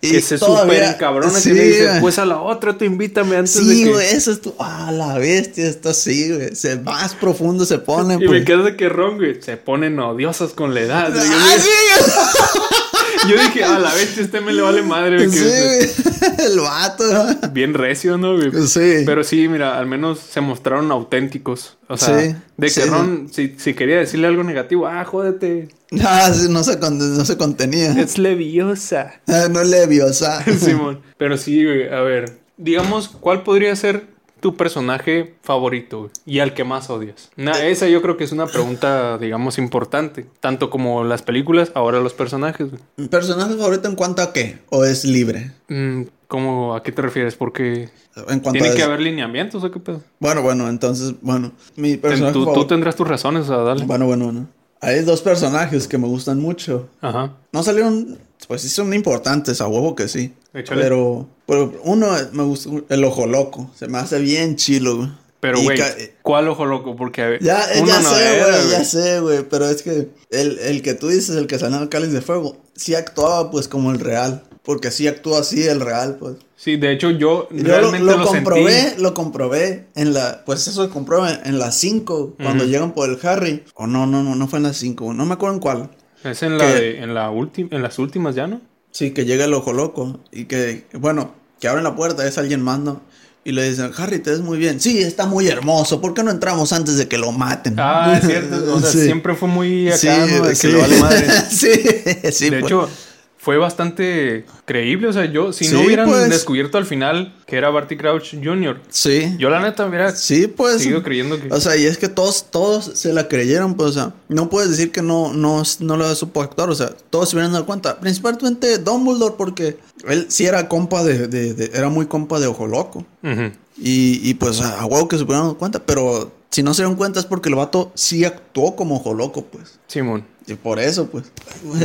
B: Y
A: que se
B: todavía-
A: superen cabrones
B: sí,
A: que le dice,
B: güey.
A: pues a la otra tú invítame antes de
B: Sí,
A: que...
B: güey, eso es tu. Ah, la bestia, esto sí, güey. Se más profundo se pone.
A: Y me
B: pues.
A: quedo de que Ron, güey, se ponen odiosos con la edad. Yo,
B: ¡Ah,
A: dije-
B: sí!
A: yo dije, a la vez este me le vale madre. güey, que-
B: Sí, güey. [laughs] El vato. ¿no?
A: Bien recio, ¿no? güey?
B: Sí.
A: Pero sí, mira, al menos se mostraron auténticos. O sea,
B: Sí,
A: de que
B: sí, sí.
A: Ron, si, si quería decirle algo negativo, ah, jódete,
B: Ah, sí, no, se con- no se contenía. [laughs]
A: es leviosa.
B: Ah, No le vio,
A: [laughs]
B: o sea. [laughs]
A: Simón. Pero sí, güey, a ver. Digamos, ¿cuál podría ser tu personaje favorito güey? y al que más odias? Na-
B: Eh.
A: esa yo creo que es una pregunta, digamos, importante. Tanto como las películas, ahora los personajes. güey.
B: ¿Mi ¿Personaje favorito en cuanto a qué? ¿O es libre?
A: Mm, ¿Cómo, ¿A qué te refieres? Porque
B: En cuanto
A: tiene
B: a
A: que
B: eso.
A: haber lineamientos o qué pedo.
B: Bueno, bueno, entonces, bueno. Mi
A: Ten-
B: personaje
A: tú, tú
B: favorito.
A: tendrás tus razones, o sea, dale.
B: Bueno, bueno, bueno. Hay dos personajes que me gustan mucho.
A: Ajá.
B: No salieron, pues sí son importantes, a huevo que sí.
A: Échale.
B: Pero, pero uno me gusta, el ojo loco. Se me hace bien chilo, güey.
A: Pero,
B: Y
A: güey,
B: ca- eh,
A: ¿cuál ojo loco? Porque a ver,
B: Ya, eh,
A: uno
B: ya
A: no
B: sé,
A: era,
B: güey, ya
A: güey.
B: sé, güey. Pero es que el, el que tú dices, el que salió en el cáliz de fuego, sí actuaba pues como el real. Porque sí actúa así el real, pues.
A: Sí, de hecho, yo
B: Yo lo-
A: realmente
B: lo,
A: lo,
B: comprobé,
A: sentí.
B: lo comprobé en la, pues eso lo comprobé en las 5, cuando
A: Ujú.
B: llegan por el Harry. O no, no, no, no fue en las 5, no me acuerdo en cuál.
A: Es en la
B: que-
A: de, en la última, en las últimas ya, ¿no?
B: Sí, que llega el ojo loco y que, bueno, que abren la puerta, es alguien más, ¿no? Y le dicen, Harry, te ves muy bien. Sí, está muy hermoso, ¿por qué no entramos antes de que lo maten?
A: Ah, es cierto. O sea,
B: [laughs] Sí.
A: siempre fue muy acá,
B: Sí,
A: ¿no? De que
B: sí.
A: le vale madre.
B: sí, [laughs] sí,
A: de
B: pues.
A: hecho, fue bastante creíble. O sea, yo, si no
B: Sí,
A: hubieran
B: pues.
A: descubierto al final que era Barty Crouch Jr.,
B: sí.
A: yo la neta hubiera
B: Sí, pues.
A: seguido creyendo que.
B: O sea, y es que todos, todos se la creyeron, pues, o sea, no puedes decir que no, no, no lo supo actuar, o sea, todos se hubieran dado cuenta. Principalmente Dumbledore, porque él sí era compa de, de- de- era muy compa de Ojo Loco.
A: Ujú.
B: Y, y, pues, a a huevo que se hubieran dado cuenta, pero si no se dieron cuenta es porque el vato sí actuó como Ojo Loco, pues.
A: Simón.
B: Y por eso, pues.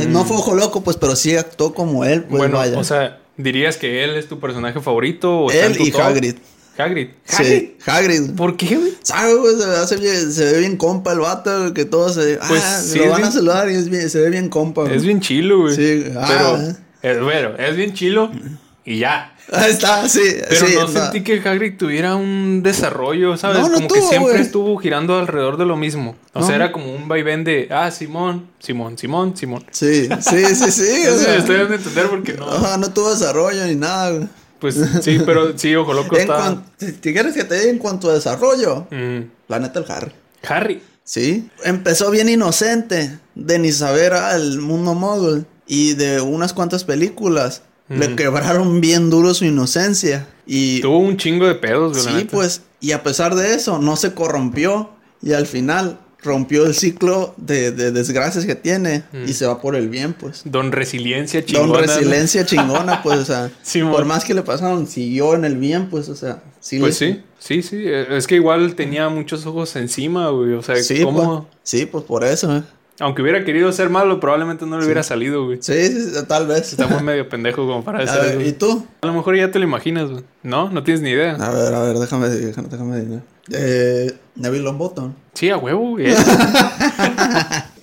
B: No fue Ojo Loco, pues, pero sí actuó como él, pues,
A: Mm. bueno,
B: vaya.
A: o sea, ¿dirías que él es tu personaje favorito? O está en
B: él
A: tu
B: y
A: top?
B: Hagrid.
A: Hagrid.
B: Sí, Hagrid.
A: ¿Por qué, güey?
B: ¿Sabes, güey? Se, hace bien- se ve bien compa el vato, güey, que todos se...
A: Pues
B: ah,
A: sí,
B: lo
A: es
B: van
A: bien-
B: a saludar y es bien- se ve bien compa, güey.
A: Es bien chilo, güey.
B: Sí, ah.
A: Pero, es, bueno, es bien chilo y ya.
B: Ahí está, sí,
A: Pero
B: sí,
A: no
B: está.
A: sentí que Hagrid tuviera un desarrollo, ¿sabes?
B: No, no
A: como que
B: tuvo,
A: siempre
B: güey.
A: estuvo girando alrededor de lo mismo. O
B: No.
A: sea, era como un vaivén de, ah, Simón, Simón, Simón, Simón.
B: Sí, sí, sí, sí, o
A: Eso [laughs]
B: sea,
A: estoy dando a entender porque no.
B: ajá, no tuvo desarrollo ni nada, güey.
A: Pues sí, pero sí, Ojo Loco
B: En
A: está.
B: cuan- si quieres que te diga en cuanto a desarrollo,
A: Ujú.
B: Planeta el Harry.
A: Harry.
B: Sí, empezó bien inocente de ni saber al mundo mogul y de unas cuantas películas. Le
A: Ujú.
B: quebraron bien duro su inocencia. Y
A: Tuvo un chingo de pedos, güey. la
B: sí,
A: neta.
B: pues, y a pesar de eso, no se corrompió y al final rompió el ciclo de, de desgracias que tiene y se va por el bien, pues.
A: Don Resiliencia
B: Da
A: chingona.
B: una
A: ¿no?
B: resiliencia
A: [laughs]
B: chingona, pues, o sea,
A: Simón.
B: por más que le pasaron, siguió en el bien, pues, o sea, sí
A: Pues
B: le-
A: sí, sí, sí. Eh, Es que igual tenía muchos ojos encima, güey. O sea,
B: Sí,
A: ¿cómo?
B: pues, sí, pues por eso, eh.
A: Aunque hubiera querido ser malo, probablemente no le hubiera salido, güey.
B: Sí, sí, sí, tal vez. [laughs]
A: Estamos medio pendejo como para
B: A
A: hacer
B: ver,
A: eso.
B: ¿y tú?
A: A lo mejor ya te lo imaginas, güey. No, no tienes ni idea.
B: A ver, a ver, déjame, déjame, déjame. adivinar. Eh, Neville Longbottom.
A: Sí, a huevo, güey.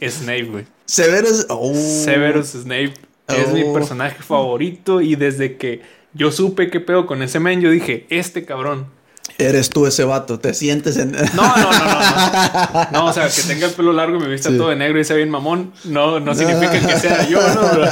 A: Snape, güey.
B: Severus. Oh.
A: Severus Snape es mi
B: Oh.
A: personaje favorito y desde que yo supe qué pedo con ese men, yo dije, este cabrón.
B: Eres tú ese vato, te sientes en.
A: No, no, no, no. No, no o sea, que tenga el pelo largo y me vista todo de negro y sea bien mamón, no, no significa que sea yo, ¿no? Bro?
B: [laughs]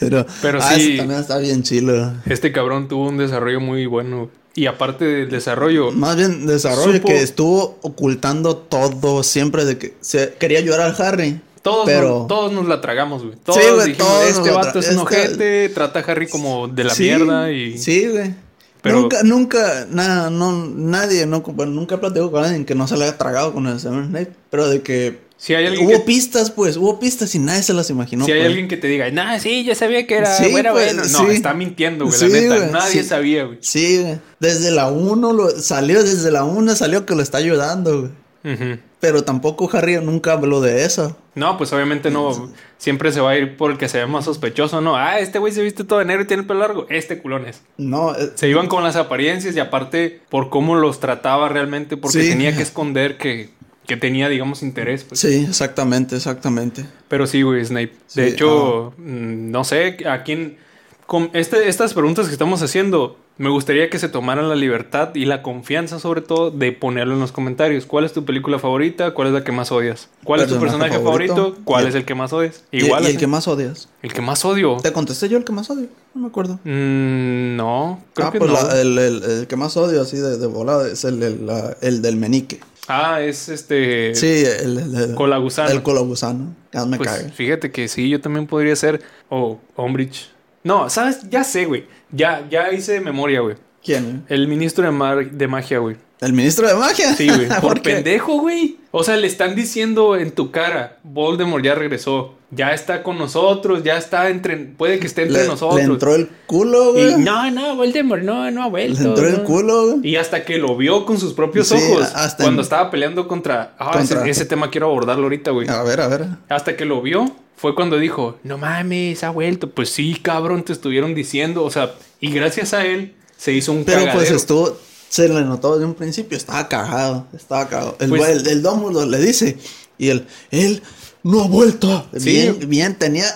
B: Pero,
A: Pero
B: Ah,
A: sí.
B: ese también está bien chilo.
A: Este cabrón tuvo un desarrollo muy bueno. Y aparte del desarrollo,
B: Más bien desarrollo
A: Supo-
B: que estuvo ocultando todo siempre de que se quería ayudar al Harry.
A: todos,
B: pero
A: nos, todos nos la tragamos, güey. Todos
B: güey,
A: dijimos,
B: todos
A: este
B: nos la
A: vato es
B: tra-
A: un
B: este-
A: ojete, trata a Harry como de la
B: Sí,
A: mierda y...
B: Sí, güey.
A: Pero-
B: Nunca, nunca, nada, no, nadie, no, bueno, nunca platico con alguien que no se le haya tragado con el Severus Snape, pero de que
A: Si hay alguien
B: hubo
A: que
B: pistas, pues, hubo pistas y nadie se las imaginó.
A: si hay
B: pues.
A: alguien que te diga, nah, sí, ya sabía que era
B: Sí,
A: bueno,
B: pues,
A: bueno. No,
B: sí.
A: está mintiendo, güey.
B: Sí,
A: la neta,
B: güey,
A: nadie
B: sí.
A: sabía, güey.
B: Sí, güey. desde la 1 lo, salió, desde la 1 salió que lo está ayudando, güey.
A: Ujú.
B: Pero tampoco Harry nunca habló de eso.
A: No, pues obviamente no. Siempre se va a ir por el que se ve más sospechoso, ¿no? Ah, este güey se viste todo de negro y tiene el pelo largo. Este culón es.
B: No, eh,
A: Se iban con las apariencias y aparte por cómo los trataba realmente, porque
B: Sí.
A: tenía que esconder que, que tenía, digamos, interés. pues.
B: sí, exactamente, exactamente.
A: Pero sí, güey, Snape.
B: Sí,
A: de hecho, mm, no sé a quién. Con este- estas preguntas que estamos haciendo, me gustaría que se tomaran la libertad y la confianza, sobre todo, de ponerlo en los comentarios. ¿Cuál es tu película favorita? ¿Cuál es la que más odias? ¿Cuál es tu
B: Personaje
A: personaje favorito?
B: favorito.
A: ¿Cuál
B: Y-
A: es el que más odias?
B: ¿Y-
A: Igual.
B: ¿Y, el
A: así.
B: que más odias?
A: El que más odio.
B: ¿Te contesté yo el que más odio? No me acuerdo.
A: Mm, no, creo
B: ah,
A: que
B: pues
A: no.
B: la- el, el- el que más odio así de, de volada es el, el, la- el del menique.
A: Ah, es este.
B: Sí, el, el, el
A: Colagusano.
B: El colagusano. Ya me
A: Pues
B: cae.
A: fíjate que sí, yo también podría ser. O oh, Umbridge. No, sabes, ya sé, güey. Ya, ya hice memoria, güey.
B: ¿Quién? eh?
A: El ministro de, mar- de magia, güey.
B: ¿El ministro de magia?
A: Sí,
B: [laughs]
A: güey. Por,
B: ¿Por qué?
A: pendejo, güey. O sea, le están diciendo en tu cara, Voldemort ya regresó. Ya está con nosotros, ya está entre... Puede que esté entre
B: Le,
A: nosotros.
B: le entró el culo, güey.
A: y no, no, Voldemort no, no ha
B: le
A: vuelto.
B: entró el
A: no.
B: culo, güey.
A: Y hasta que lo vio con sus propios
B: Sí,
A: ojos.
B: hasta
A: cuando
B: en-
A: estaba peleando contra... Ah,
B: Contra- Ah.
A: Ese, ese tema quiero abordarlo ahorita, güey.
B: A ver, a ver.
A: Hasta que lo vio, fue cuando dijo, no mames, ha vuelto. Pues sí, cabrón, te estuvieron diciendo. O sea, y gracias a él se hizo un
B: Pero pues
A: cagadero.
B: estuvo, se le notó desde un principio, estaba cagado, estaba cagado. El,
A: Pues-
B: el, el Dumbledore le dice, y él, él no ha vuelto.
A: Sí.
B: Bien, bien, tenía.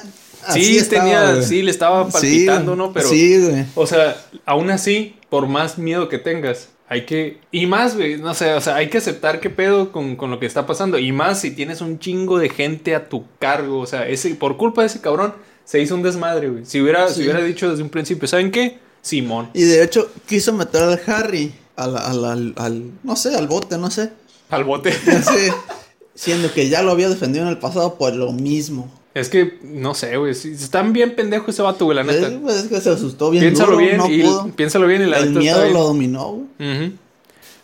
A: Sí,
B: estaba,
A: tenía,
B: güey.
A: sí, le estaba
B: Sí,
A: palpitando,
B: güey.
A: ¿no? Pero,
B: Sí, güey.
A: o sea, aún así, por más miedo que tengas, hay que, y más, güey, no sé, o sea, hay que aceptar qué pedo con, con lo que está pasando, y más si tienes un chingo de gente a tu cargo, o sea, ese, por culpa de ese cabrón, se hizo un desmadre, güey. Si hubiera, si
B: Sí.
A: hubiera dicho desde un principio, ¿saben qué? Simón,
B: Y de hecho, quiso meter al Harry al, al, al, al- no sé, al bote, no sé.
A: al bote. [laughs]
B: No sé, Siendo que ya lo había defendido en el pasado por lo mismo.
A: es que, no sé, güey, si, están bien pendejo ese vato, güey, la
B: Es,
A: neta.
B: pues, es que se asustó bien.
A: piénsalo,
B: duro,
A: bien
B: no
A: y,
B: pudo.
A: piénsalo bien y la neta
B: el
A: está
B: miedo
A: bien.
B: lo dominó, güey.
A: Ujú.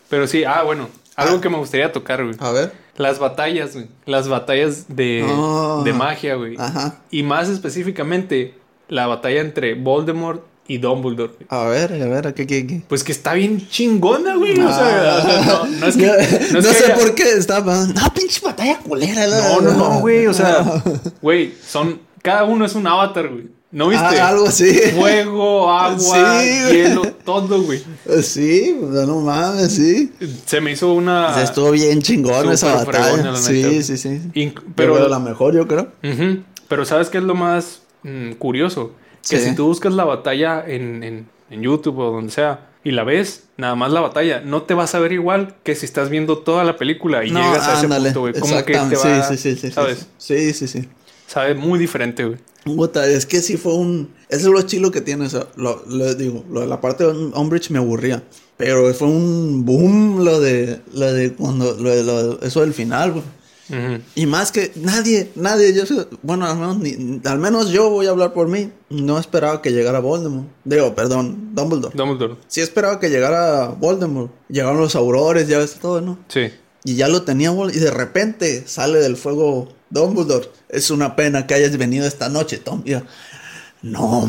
A: Pero sí, ah, bueno, algo
B: Ah.
A: que me gustaría tocar, güey.
B: A ver.
A: Las batallas, güey. Las batallas de,
B: Ah.
A: de magia, güey.
B: Ajá.
A: Y más específicamente, la batalla entre Voldemort y Dumbledore. güey.
B: A ver, a ver, ¿qué, qué, qué?
A: Pues que está bien chingona, güey. O sea,
B: Ah.
A: o sea, no, no es que.
B: Yo-
A: No,
B: [laughs] No,
A: es que
B: sé
A: haya-
B: por qué estaba. No, pinche batalla culera. la-
A: No, no, no, güey. O sea,
B: Ah,
A: güey, son. Cada uno es un avatar, güey. ¿No viste?
B: Ah, algo así.
A: Fuego, agua,
B: [laughs] Sí, güey.
A: hielo, todo, güey.
B: Sí, pues, no mames, sí.
A: Se me hizo una.
B: Se estuvo bien chingón
A: Ah. Súper
B: esa
A: fregona, la
B: batalla.
A: neta,
B: Sí,
A: güey.
B: sí, sí.
A: Inc-
B: Pero
A: pero
B: la mejor, yo creo.
A: Ujú. Pero ¿sabes qué es lo más mm, curioso? Que
B: Sí.
A: si tú buscas la batalla en, en- en YouTube o donde sea y la ves, nada más la batalla, no te vas a ver igual que si estás viendo toda la película y
B: No,
A: llegas a ese
B: ándale,
A: punto, güey. Como que te
B: exactamente,
A: va,
B: sí, sí, sí, sí, sí,
A: ¿sabes?
B: Sí, sí, sí.
A: Sabe muy diferente, güey.
B: Puta, es que sí fue un. Eso es lo chilo que tiene. O sea, lo, lo digo, lo de la parte de Umbridge me aburría. Pero fue un boom lo de, lo de cuando. Lo de, lo de- eso del final, güey.
A: Ujú.
B: Y más que nadie, nadie, yo sé- bueno, al menos, ni- al menos yo voy a hablar por mí. No esperaba que llegara Voldemort. Digo, perdón, Dumbledore.
A: Dumbledore.
B: Sí esperaba que llegara Voldemort. Llegaron los aurores, ya ves todo, ¿no?
A: Sí.
B: Y ya lo teníamos y de repente sale del fuego Dumbledore. Es una pena que hayas venido esta noche, Tom. Y yo, no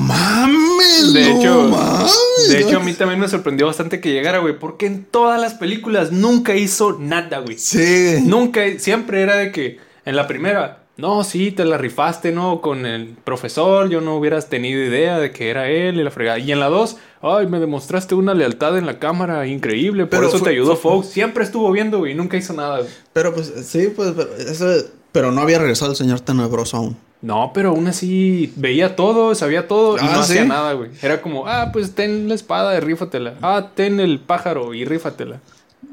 B: mames,
A: De
B: no
A: hecho,
B: mames.
A: de
B: ¿no?
A: hecho, a mí también me sorprendió bastante que llegara, güey. Porque en todas las películas nunca hizo nada, güey.
B: [laughs] Sí.
A: Nunca, siempre era de que en la primera, no, sí, te la rifaste, ¿no? Con el profesor, yo no hubieras tenido idea de que era él y la fregada. Y en la dos, ay, me demostraste una lealtad en la cámara increíble, por
B: Pero
A: eso
B: fue-
A: te ayudó
B: fue-
A: Fox. Siempre estuvo viendo, güey, nunca hizo nada. güey.
B: Pero pues, sí, pues, pero, eso- pero no había regresado el señor tenebroso aún.
A: No, pero aún así veía todo, sabía todo y
B: Ah,
A: no hacía
B: ¿sí?
A: nada, güey. Era como, ah, pues ten la espada y rífatela. Ah, ten el pájaro y rífatela.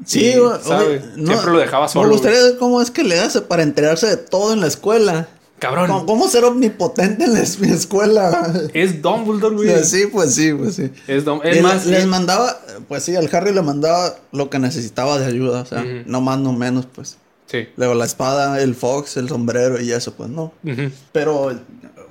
B: Sí,
A: Y,
B: güey,
A: sabe,
B: oye,
A: siempre lo dejaba solo,
B: Me gustaría saber cómo es que le hace para enterarse de todo en la escuela.
A: Cabrón.
B: ¿Cómo, cómo ser omnipotente en la es- escuela?
A: [laughs] Es Dumbledore, güey.
B: Sí, pues sí, pues sí.
A: Es, Dum- es
B: Le-
A: más,
B: les
A: eh,
B: mandaba, pues sí, al Harry le mandaba lo que necesitaba de ayuda, o sea,
A: Ujú.
B: no más, no menos, pues.
A: Sí.
B: Luego la espada, el fox, el sombrero y eso, pues no.
A: Ujú.
B: Pero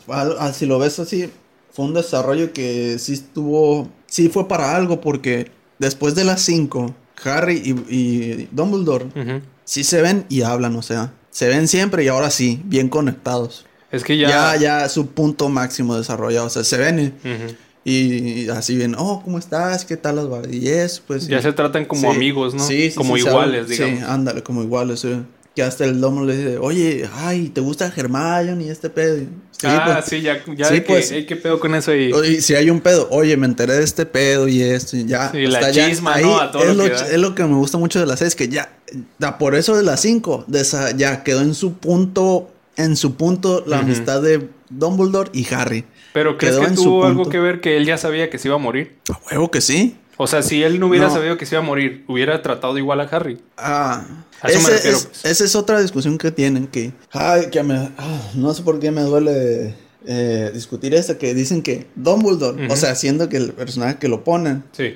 B: al- al- si lo ves así, fue un desarrollo que sí estuvo, sí fue para algo, porque después de las 5, Harry y, y Dumbledore
A: Ujú.
B: sí se ven y hablan, o sea, se ven siempre y ahora sí, bien conectados.
A: Es que
B: Ya, ya, su punto máximo desarrollado, o sea, se ven y...
A: Ujú.
B: Y así bien, oh, ¿cómo estás? ¿Qué tal las babillas? Pues
A: Ya
B: y-
A: se tratan como
B: sí,
A: amigos, ¿no?
B: sí, sí,
A: como
B: sí, se
A: iguales,
B: hablan.
A: digamos.
B: Sí, ándale, como iguales, sí. Que hasta el domo le dice, oye, ay, ¿te gusta Hermione y este pedo? Y- Sí,
A: ah,
B: pues,
A: sí, ya, ya
B: sí,
A: de que,
B: pues.
A: "Ey, ¿qué pedo con eso ahí?
B: oye, si hay un pedo, oye, me enteré de este pedo y esto, y ya.
A: Sí, la
B: hasta ya
A: chisma, ¿no? A todo
B: es,
A: lo
B: lo,
A: que da.
B: es lo que me gusta mucho de las seis, que ya, ya por eso de las cinco, de esa- ya quedó en su punto, en su punto la
A: Ujú.
B: amistad de Dumbledore y Harry.
A: Pero ¿crees
B: quedó
A: que
B: en su
A: tuvo algo
B: punto.
A: que ver que él ya sabía que se iba a morir?
B: A huevo que sí.
A: O sea, si él no hubiera
B: No.
A: sabido que se iba a morir, hubiera tratado igual a Harry.
B: Ah,
A: A eso me
B: ese
A: refiero,
B: es-
A: pues.
B: esa es otra discusión que tienen que... Ay, que me... ah, no sé por qué me duele eh, discutir esto, que dicen que Dumbledore,
A: Ujú.
B: o sea, siendo que el personaje que lo ponen,
A: Sí.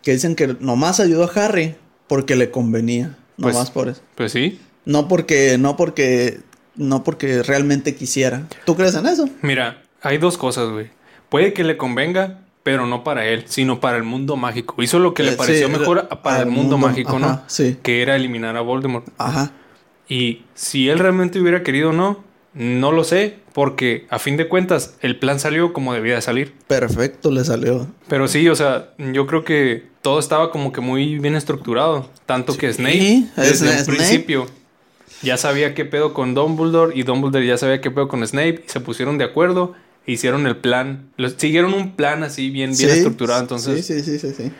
B: que dicen que nomás ayudó a Harry porque le convenía,
A: Pues-
B: nomás por eso.
A: Pues sí.
B: No porque, no porque, no porque realmente quisiera. ¿Tú crees en eso?
A: Mira, hay dos cosas, güey. Puede que le convenga, pero no para él, sino para el mundo mágico. Hizo lo que le
B: Eh,
A: pareció
B: sí,
A: mejor
B: la-
A: para el
B: al
A: mundo,
B: mundo,
A: mágico,
B: ajá,
A: ¿no?
B: sí.
A: Que era eliminar a Voldemort.
B: Ajá.
A: Y si él realmente hubiera querido o no, no lo sé, porque a fin de cuentas el plan salió como debía de salir.
B: Perfecto, le salió.
A: Pero sí, o sea, yo creo que todo estaba como que muy bien estructurado. Tanto que Snape,
B: Sí,
A: desde
B: Snape-
A: un
B: Snape.
A: principio, ya sabía qué pedo con Dumbledore y Dumbledore ya sabía qué pedo con Snape y se pusieron de acuerdo e hicieron el plan. Los- siguieron un plan así bien, bien
B: Sí,
A: estructurado. Entonces,
B: Sí, sí, sí, sí. sí.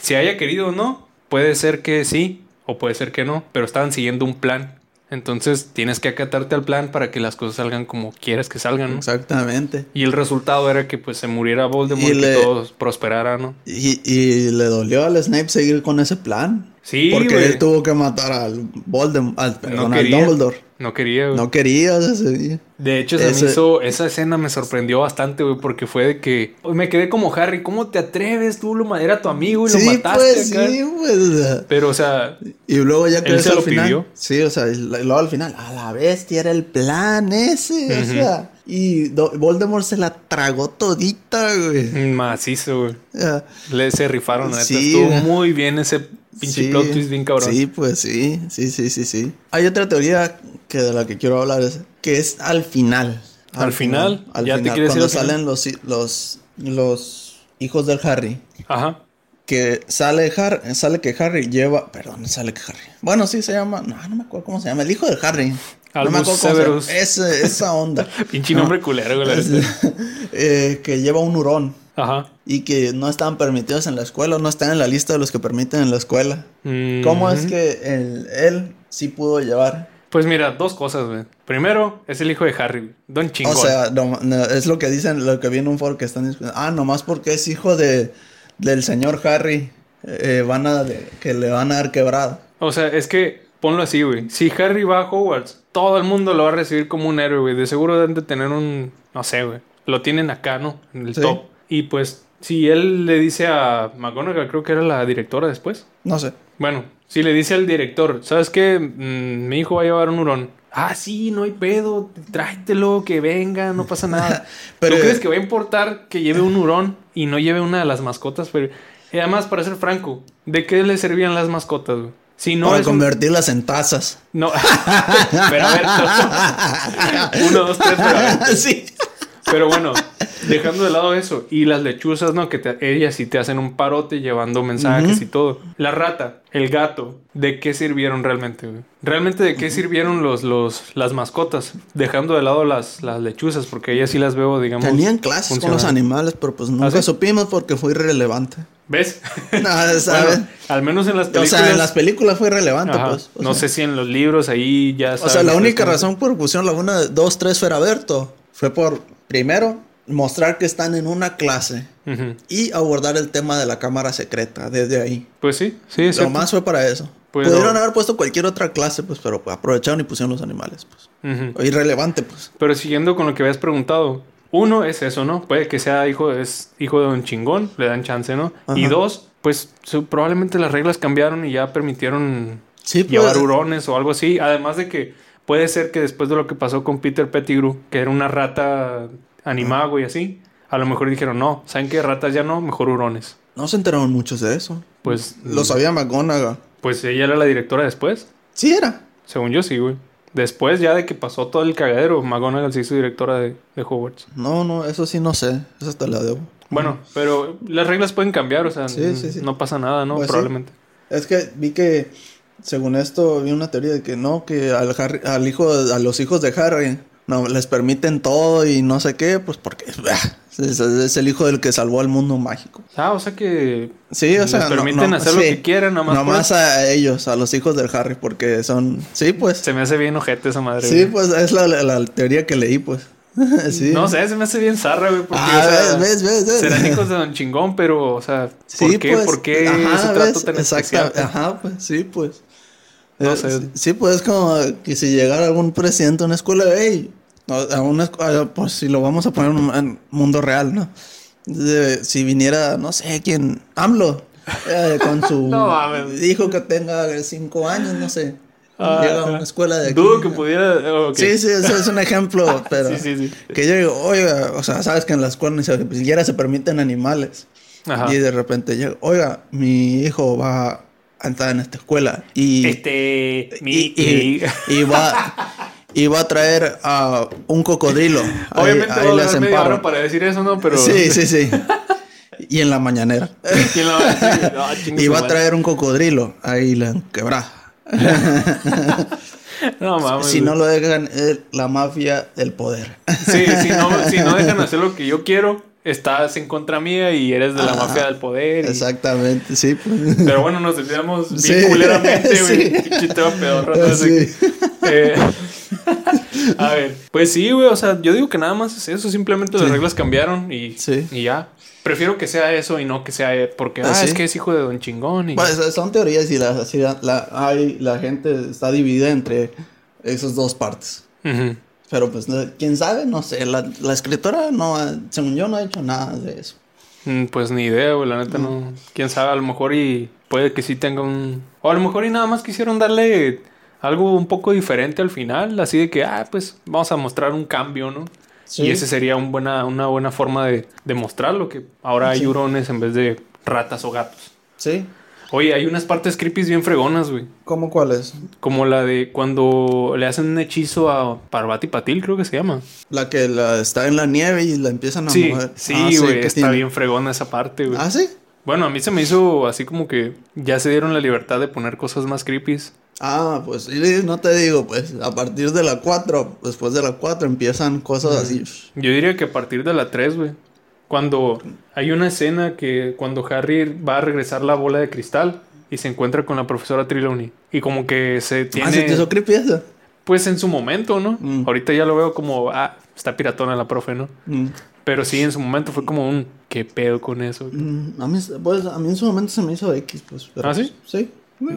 A: si haya querido o no, puede ser que sí o puede ser que no, pero estaban siguiendo un plan. Entonces tienes que acatarte al plan para que las cosas salgan como quieras que salgan, ¿no?
B: Exactamente.
A: Y el resultado era que pues se muriera Voldemort
B: Y
A: y,
B: le-
A: todos prosperara, ¿no?
B: Y, y le dolió al Snape seguir con ese plan.
A: Sí,
B: porque
A: güey.
B: él tuvo que matar al Voldemort, al, perdón, al
A: quería.
B: Dumbledore.
A: No quería, güey.
B: No quería ese día.
A: De hecho, se me
B: Ese-
A: hizo- esa escena me sorprendió bastante, güey, porque fue de que pues, me quedé como Harry, ¿cómo te atreves? Tú lo ma- era tu amigo y lo
B: Sí,
A: mataste
B: pues,
A: acá".
B: sí, pues. o sea,
A: Pero, o sea,
B: Y luego ya que
A: Él
B: ves
A: se
B: al
A: lo
B: final.
A: pidió.
B: Sí, o sea, y la- y luego al final, a la bestia era el plan ese, o
A: Ujú.
B: sea. Y Do- Voldemort se la tragó todita, güey.
A: macizo, güey.
B: O sea,
A: Le se rifaron, la neta.
B: Sí,
A: Estuvo
B: güey.
A: muy bien ese pinche
B: Sí,
A: plot twist, bien cabrón.
B: Sí, pues sí, sí, sí, sí, sí. Hay otra teoría que de la que quiero hablar es que es al final.
A: ¿Al final?
B: Al
A: ¿Ya te
B: final,
A: quieres ir
B: cuando
A: al final?
B: salen los, hi- los, los hijos del Harry.
A: Ajá.
B: Que sale, Har- sale que Harry lleva. Perdón, sale que Harry. Bueno, sí se llama. No, no me acuerdo cómo se llama. El hijo de Harry. no me
A: Albus
B: acuerdo cómo se llama.
A: Severus.
B: Ese- esa
A: [laughs]
B: onda.
A: Pinche nombre culero, güey. la
B: [laughs]
A: neta.
B: Eh, que lleva un hurón.
A: Ajá.
B: Y que no están permitidos en la escuela. o No están en la lista de los que permiten en la escuela. ¿Cómo es
A: Mm.
B: que el- él sí pudo llevar?
A: Pues mira, dos cosas, güey. Primero, es el hijo de Harry, güey. Don chingón.
B: O sea, no- no, es lo que dicen, lo que viene un foro que están discutiendo. Ah, nomás porque es hijo de eh, del señor Harry, eh, van a de- que le van a dar quebrada.
A: O sea, es que ponlo así, güey. Si Harry va a Hogwarts, todo el mundo lo va a recibir como un héroe, güey. De seguro deben de tener un, no sé, güey. Lo tienen acá, ¿no? En el
B: Sí.
A: top. Y pues, si él le dice a McGonagall, creo que era la directora después.
B: No sé.
A: Bueno, si le dice al director, ¿sabes qué? Mm, mi hijo va a llevar un hurón. Ah, sí, no hay pedo, tráetelo, que venga, no pasa
B: [laughs]
A: nada.
B: Pero-
A: ¿Tú crees que va a importar que lleve un hurón y no lleve una de las mascotas? Pero, y además, para ser franco, ¿de qué le servían las mascotas, güey? Si no
B: Para
A: es un-
B: convertirlas en tazas.
A: No. [laughs] pero
B: [laughs]
A: a ver, [laughs] uno, dos, tres, pero a ver.
B: sí.
A: Pero bueno, dejando de lado eso, y las lechuzas, ¿no? Que te- ellas sí te hacen un parote llevando mensajes y todo. La rata, el gato, ¿de qué sirvieron realmente? güey? ¿Realmente de qué sirvieron los, los, las mascotas? Dejando de lado las, las lechuzas, porque ellas sí las veo, digamos.
B: Tenían clases con los
A: funcionar.
B: animales, pero pues nunca
A: ¿Ah, sí?
B: supimos porque fue irrelevante. [laughs]
A: ¿Ves?
B: No, ¿sabes?
A: Bueno, al menos en las
B: o
A: películas.
B: sea, en las películas fue irrelevante,
A: Ajá.
B: pues. O
A: no
B: sea,
A: sé si en los libros ahí ya
B: O sea,
A: saben
B: la única
A: ustedes cómo-
B: razón por pusieron la una, dos, tres Feraberto fue por, primero, mostrar que están en una clase
A: Ujú.
B: y abordar el tema de la cámara secreta desde ahí.
A: Pues sí, sí,
B: Lo
A: exacto.
B: más fue para eso.
A: Pero-
B: Pudieron haber puesto cualquier otra clase, pues, pero pues, aprovecharon y pusieron los animales, pues.
A: Ujú.
B: Irrelevante, pues.
A: Pero siguiendo con lo que habías preguntado, uno es eso, ¿no? Puede que sea hijo, es hijo de un chingón, le dan chance, ¿no? Y
B: Ajá.
A: dos, pues su- probablemente las reglas cambiaron y ya permitieron
B: Sí, pues.
A: llevar hurones o algo así. Además de que puede ser que después de lo que pasó con Peter Pettigrew, que era una rata animago y así, a lo mejor dijeron, no, ¿saben qué? Ratas ya no, mejor hurones.
B: No se enteraron muchos de eso.
A: Pues,
B: Lo sabía McGonagall.
A: pues ella era la directora después.
B: Sí era.
A: Según yo sí, güey. Después ya de que pasó todo el cagadero, McGonagall se hizo directora de, de Hogwarts.
B: No, no, eso sí no sé. Eso te la debo.
A: Bueno, pero las reglas pueden cambiar, o sea,
B: Sí,
A: n-
B: sí, sí.
A: no pasa nada, ¿no?
B: Pues sí.
A: Probablemente.
B: Es que vi que, según esto, vi una teoría de que no, que al, Harry- al hijo, a los hijos de Harry, no, les permiten todo y no sé qué, pues porque bah, es, es el hijo del que salvó al mundo mágico.
A: Ah, o sea que
B: Sí, o
A: les
B: sea, no-
A: permiten
B: no,
A: hacer lo
B: sí.
A: que quieran, nomás, pues,
B: Nomás a ellos, a los hijos del Harry, porque son, sí, pues,
A: se me hace bien ojete esa madre.
B: sí,
A: güey.
B: pues, es la, la- la teoría que leí, pues, [laughs] sí.
A: No sé, se me hace bien zarra, güey, porque
B: Ah,
A: o sea,
B: ves, ves, ves,
A: serán
B: ves. [laughs]
A: hijos de don chingón, pero, o sea, ¿por
B: Sí,
A: qué?
B: pues,
A: ¿Por qué ese trato
B: ves,
A: tan
B: exacta-
A: especial?
B: Ajá, pues, sí, pues.
A: No
B: Eh,
A: sé.
B: sí- Sí, pues, es como que si llegara algún presidente a una escuela, hey, no, a una escu- a- pues si lo vamos a poner en un- en mundo real, ¿no? De- si viniera, no sé, quién, AMLO, eh, con su
A: [laughs] No mames.
B: hijo que tenga cinco años, no sé.
A: Ah,
B: llega a una escuela de aquí,
A: Dudo que
B: ¿no?
A: pudiera... ok.
B: Sí, sí, eso es un ejemplo, pero
A: [laughs] Sí, sí, sí.
B: que yo digo, oiga, o sea, sabes que en la escuela ni se- ni siquiera se permiten animales.
A: Ajá.
B: Y de repente llega, oiga, mi hijo va a entrar en esta escuela y,
A: Este, mi...
B: y, y- y va, y va a traer a un cocodrilo. Ahí-
A: Obviamente
B: ahí
A: va a
B: las
A: durar media
B: emparo.
A: hora para decir eso, ¿no? Pero...
B: Sí, sí, sí. Y en la mañanera.
A: [laughs] ¿Quién la va a
B: [laughs]
A: decir? Ah, chingue
B: Y
A: su
B: va a
A: madre.
B: traer un cocodrilo. Ahí la quebrá.
A: No mames.
B: Si
A: güey.
B: no lo dejan, es la mafia del poder.
A: Ah, Sí, si no, si no dejan hacer lo que yo quiero, estás en contra mía y eres de la
B: Ajá.
A: mafia del poder. y-
B: Exactamente, sí.
A: Pero bueno, nos desviamos bien
B: Sí.
A: culeramente, güey.
B: [laughs] Sí.
A: Pinche tema pedorro, no sé.
B: [laughs] Sí.
A: Eh, [laughs] a ver, pues sí, güey. O sea, yo digo que nada más es eso. Simplemente las
B: Sí.
A: reglas cambiaron y,
B: Sí.
A: y ya. Prefiero que sea eso y no que sea eh, porque ah,
B: Ah, sí.
A: es que es hijo de Don Chingón. Y...
B: Pues, son teorías y la, si la- la- hay, la gente está dividida entre esas dos partes.
A: Ujú.
B: Pero pues, no- quién sabe, no sé. La, la escritora, no, ha- según yo, no ha hecho nada de eso.
A: Mm, Pues ni idea, güey, la neta no. Quién sabe, a lo mejor y puede que sí tenga un. O a lo mejor y nada más quisieron darle algo un poco diferente al final, así de que, ah, pues vamos a mostrar un cambio, ¿no?
B: Sí.
A: Y esa sería un buena, una buena forma de, de mostrarlo, que ahora hay
B: Sí.
A: hurones en vez de ratas o gatos.
B: Sí.
A: Oye, hay unas partes creepy bien fregonas, güey.
B: ¿Cómo cuál es?
A: Como la de cuando le hacen un hechizo a Parvati Patil, creo que se llama.
B: La que la- está en la nieve y la empiezan a
A: sí,
B: mover.
A: sí,
B: Ah,
A: güey,
B: ¿qué
A: está
B: tiene?
A: bien fregona esa parte, güey.
B: Ah, sí.
A: Bueno, a mí se me hizo así como que ya se dieron la libertad de poner cosas más creepy.
B: Ah, pues sí, no te digo, pues a partir de la 4, después de la 4 empiezan cosas
A: Mm.
B: así. Ah,
A: Yo diría que a partir de la 3, güey. Cuando hay una escena que cuando Harry va a regresar la bola de cristal y se encuentra con la profesora Trelawney. Y como que se
B: Ah, ¿se
A: tiene...
B: te hizo creepy eso?
A: Pues en su momento, ¿no?
B: Mm.
A: Ahorita ya lo veo como... Ah, está piratona la profe, ¿no?
B: Mm.
A: Pero sí, en su momento fue como un... ¿Qué pedo con eso?
B: Mm, A mí, pues, a mí en su momento se me hizo X, pues. pero-
A: ¿Ah, sí?
B: Sí.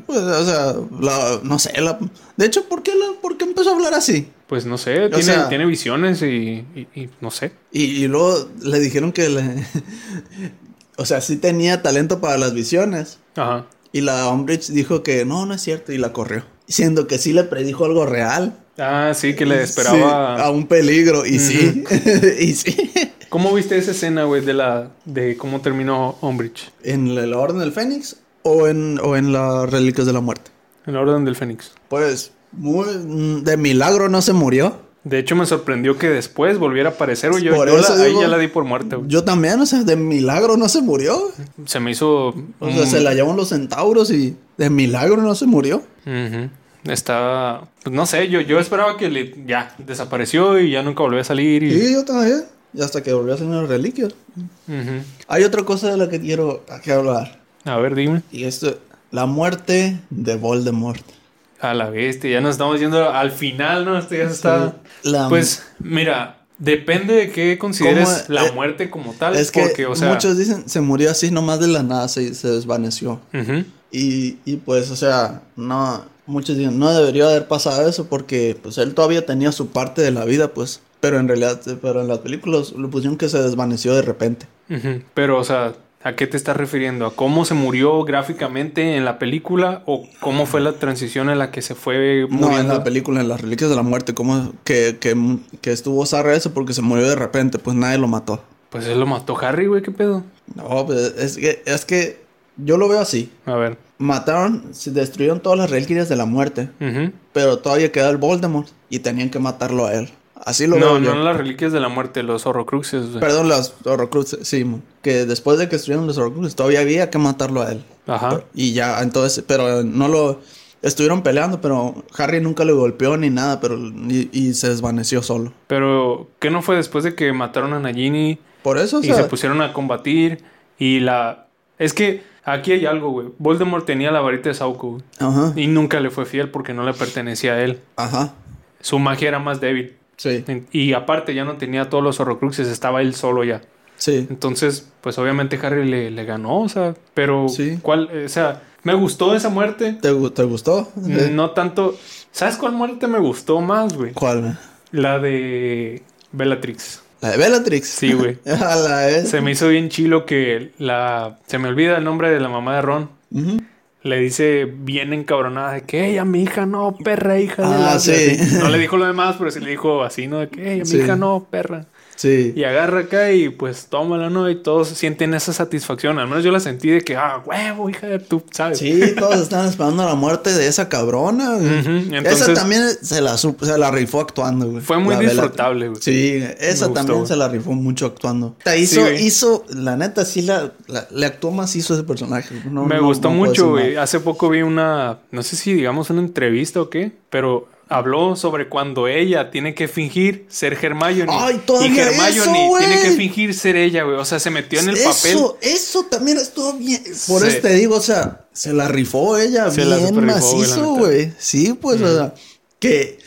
B: Pues, o sea, la- no sé. la- de hecho, ¿por qué, la- por qué empezó a hablar así?
A: Pues no sé, tiene,
B: sea-
A: tiene visiones y, y- y no sé.
B: Y, y luego le dijeron que. le- [laughs] o sea, sí tenía talento para las visiones.
A: Ajá.
B: Y la Umbridge dijo que no, no es cierto y la corrió. Siendo que sí le predijo algo real.
A: Ah, sí, que le
B: Sí,
A: esperaba.
B: a un peligro. Y sí. [laughs] y sí.
A: ¿Cómo viste esa escena, güey, de la de cómo terminó Umbridge?
B: ¿En la la Orden del Fénix o en, o en las Reliquias de la Muerte?
A: En la Orden del Fénix.
B: Pues, muy, mm, de milagro no se murió.
A: De hecho, me sorprendió que después volviera a aparecer, güey. Yo,
B: Por
A: yo
B: eso
A: la- ahí
B: digo-
A: ya la di por muerta, güey.
B: Yo también, o sea, de milagro no se murió.
A: Se me hizo.
B: O sea,
A: mm,
B: se la llevan los centauros y de milagro no se murió.
A: mm, Ujú. Está. Pues no sé, yo, yo esperaba que le, ya desapareció y ya nunca volvió a salir. Y,
B: Y yo también. Y hasta que volvió a ser una reliquia.
A: Ujú.
B: Hay otra cosa de la que quiero aquí hablar.
A: A ver, dime.
B: Y esto, la muerte de Voldemort.
A: A la bestia, ya nos estamos yendo al final, ¿no? Esto ya está.
B: La-
A: Pues, mira, depende de qué consideres
B: ¿Cómo?
A: la
B: Eh,
A: muerte como tal.
B: es que
A: porque, o sea.
B: muchos dicen, se murió así nomás de la nada, se, se desvaneció.
A: ujú,
B: Y, y pues, o sea, no, muchos dicen, no debería haber pasado eso porque pues él todavía tenía su parte de la vida, pues. Pero en realidad, pero en las películas lo pusieron que se desvaneció de repente.
A: ujú. Pero, o sea, ¿a qué te estás refiriendo? ¿A cómo se murió gráficamente en la película? ¿O cómo fue la transición en la que se fue muriendo?
B: No, en la película, en las reliquias de la muerte, como que, que, que estuvo zarra eso porque se murió de repente, pues nadie lo mató.
A: Pues él lo mató Harry, güey, ¿qué pedo?
B: No, pues es que, es que yo lo veo así.
A: A ver.
B: Mataron, se destruyeron todas las reliquias de la muerte,
A: ujú.
B: pero todavía queda el Voldemort y tenían que matarlo a él. Así lo
A: No,
B: veo yo.
A: no las reliquias de la muerte, los horrocruxes. o sea.
B: Perdón, las Horrocruxes, sí, mon. que después de que estuvieron los Horrocruxes todavía había que matarlo a él.
A: Ajá.
B: Y ya, entonces, pero no lo... Estuvieron peleando, pero Harry nunca le golpeó ni nada, pero... Y, y se desvaneció solo.
A: Pero, ¿qué no fue después de que mataron a Nagini
B: Por eso, o
A: y se
B: sea,
A: pusieron a combatir? Y la. Es que aquí hay algo, güey. Voldemort tenía la varita de Sauco, güey.
B: Ajá,
A: Y nunca le fue fiel porque no le pertenecía a él.
B: ajá,
A: Su magia era más débil.
B: sí,
A: Y aparte ya no tenía todos los horrocruxes, estaba él solo ya.
B: sí.
A: Entonces, pues obviamente Harry le, le ganó, o sea, pero
B: Sí.
A: ¿cuál? O sea, me gustó esa muerte.
B: ¿Te, gu- te gustó?
A: Mm. No tanto. ¿Sabes cuál muerte me gustó más, güey?
B: ¿Cuál?
A: La de Bellatrix.
B: ¿La de Bellatrix?
A: Sí, güey.
B: [laughs] A la vez.
A: Se me hizo bien chilo que la. Se me olvida el nombre de la mamá de Ron.
B: Ujú.
A: Le dice bien encabronada de que ella, mi hija, no, perra, hija de
B: Ah,
A: la.
B: sí.
A: así. No le dijo lo demás, pero sí le dijo así, ¿no? De que ella, mi
B: Sí.
A: hija, no, perra.
B: Sí.
A: Y agarra acá y pues tómala, ¿no? Y todos sienten esa satisfacción. Al menos yo la sentí de que, ah, huevo, hija de tu, ¿sabes?
B: Sí, todos están esperando la muerte de esa cabrona. güey.
A: Ujú, entonces-
B: esa también se la, sup- se la rifó actuando, güey.
A: Fue muy
B: La Bella-
A: disfrutable, güey.
B: Sí, esa
A: gustó,
B: también
A: güey.
B: se la rifó mucho actuando. Te hizo,
A: güey.
B: hizo, la neta, sí la, la- le actuó más hizo ese personaje. No,
A: Me
B: no-
A: gustó
B: no puedo
A: mucho,
B: decir
A: güey.
B: nada.
A: Hace poco vi una, no sé si digamos una entrevista o qué, pero habló sobre cuando ella tiene que fingir ser Hermione.
B: ¡Ay, todavía
A: y
B: eso,
A: Hermione
B: güey!
A: tiene que fingir ser ella, güey. O sea, se metió en el papel.
B: Eso, eso también estuvo bien. Por
A: Sí.
B: eso te digo, o sea, se la rifó ella
A: Se la
B: bien
A: superrifó, güey, la
B: macizo,
A: neta.
B: güey. Sí, pues, o sea, que,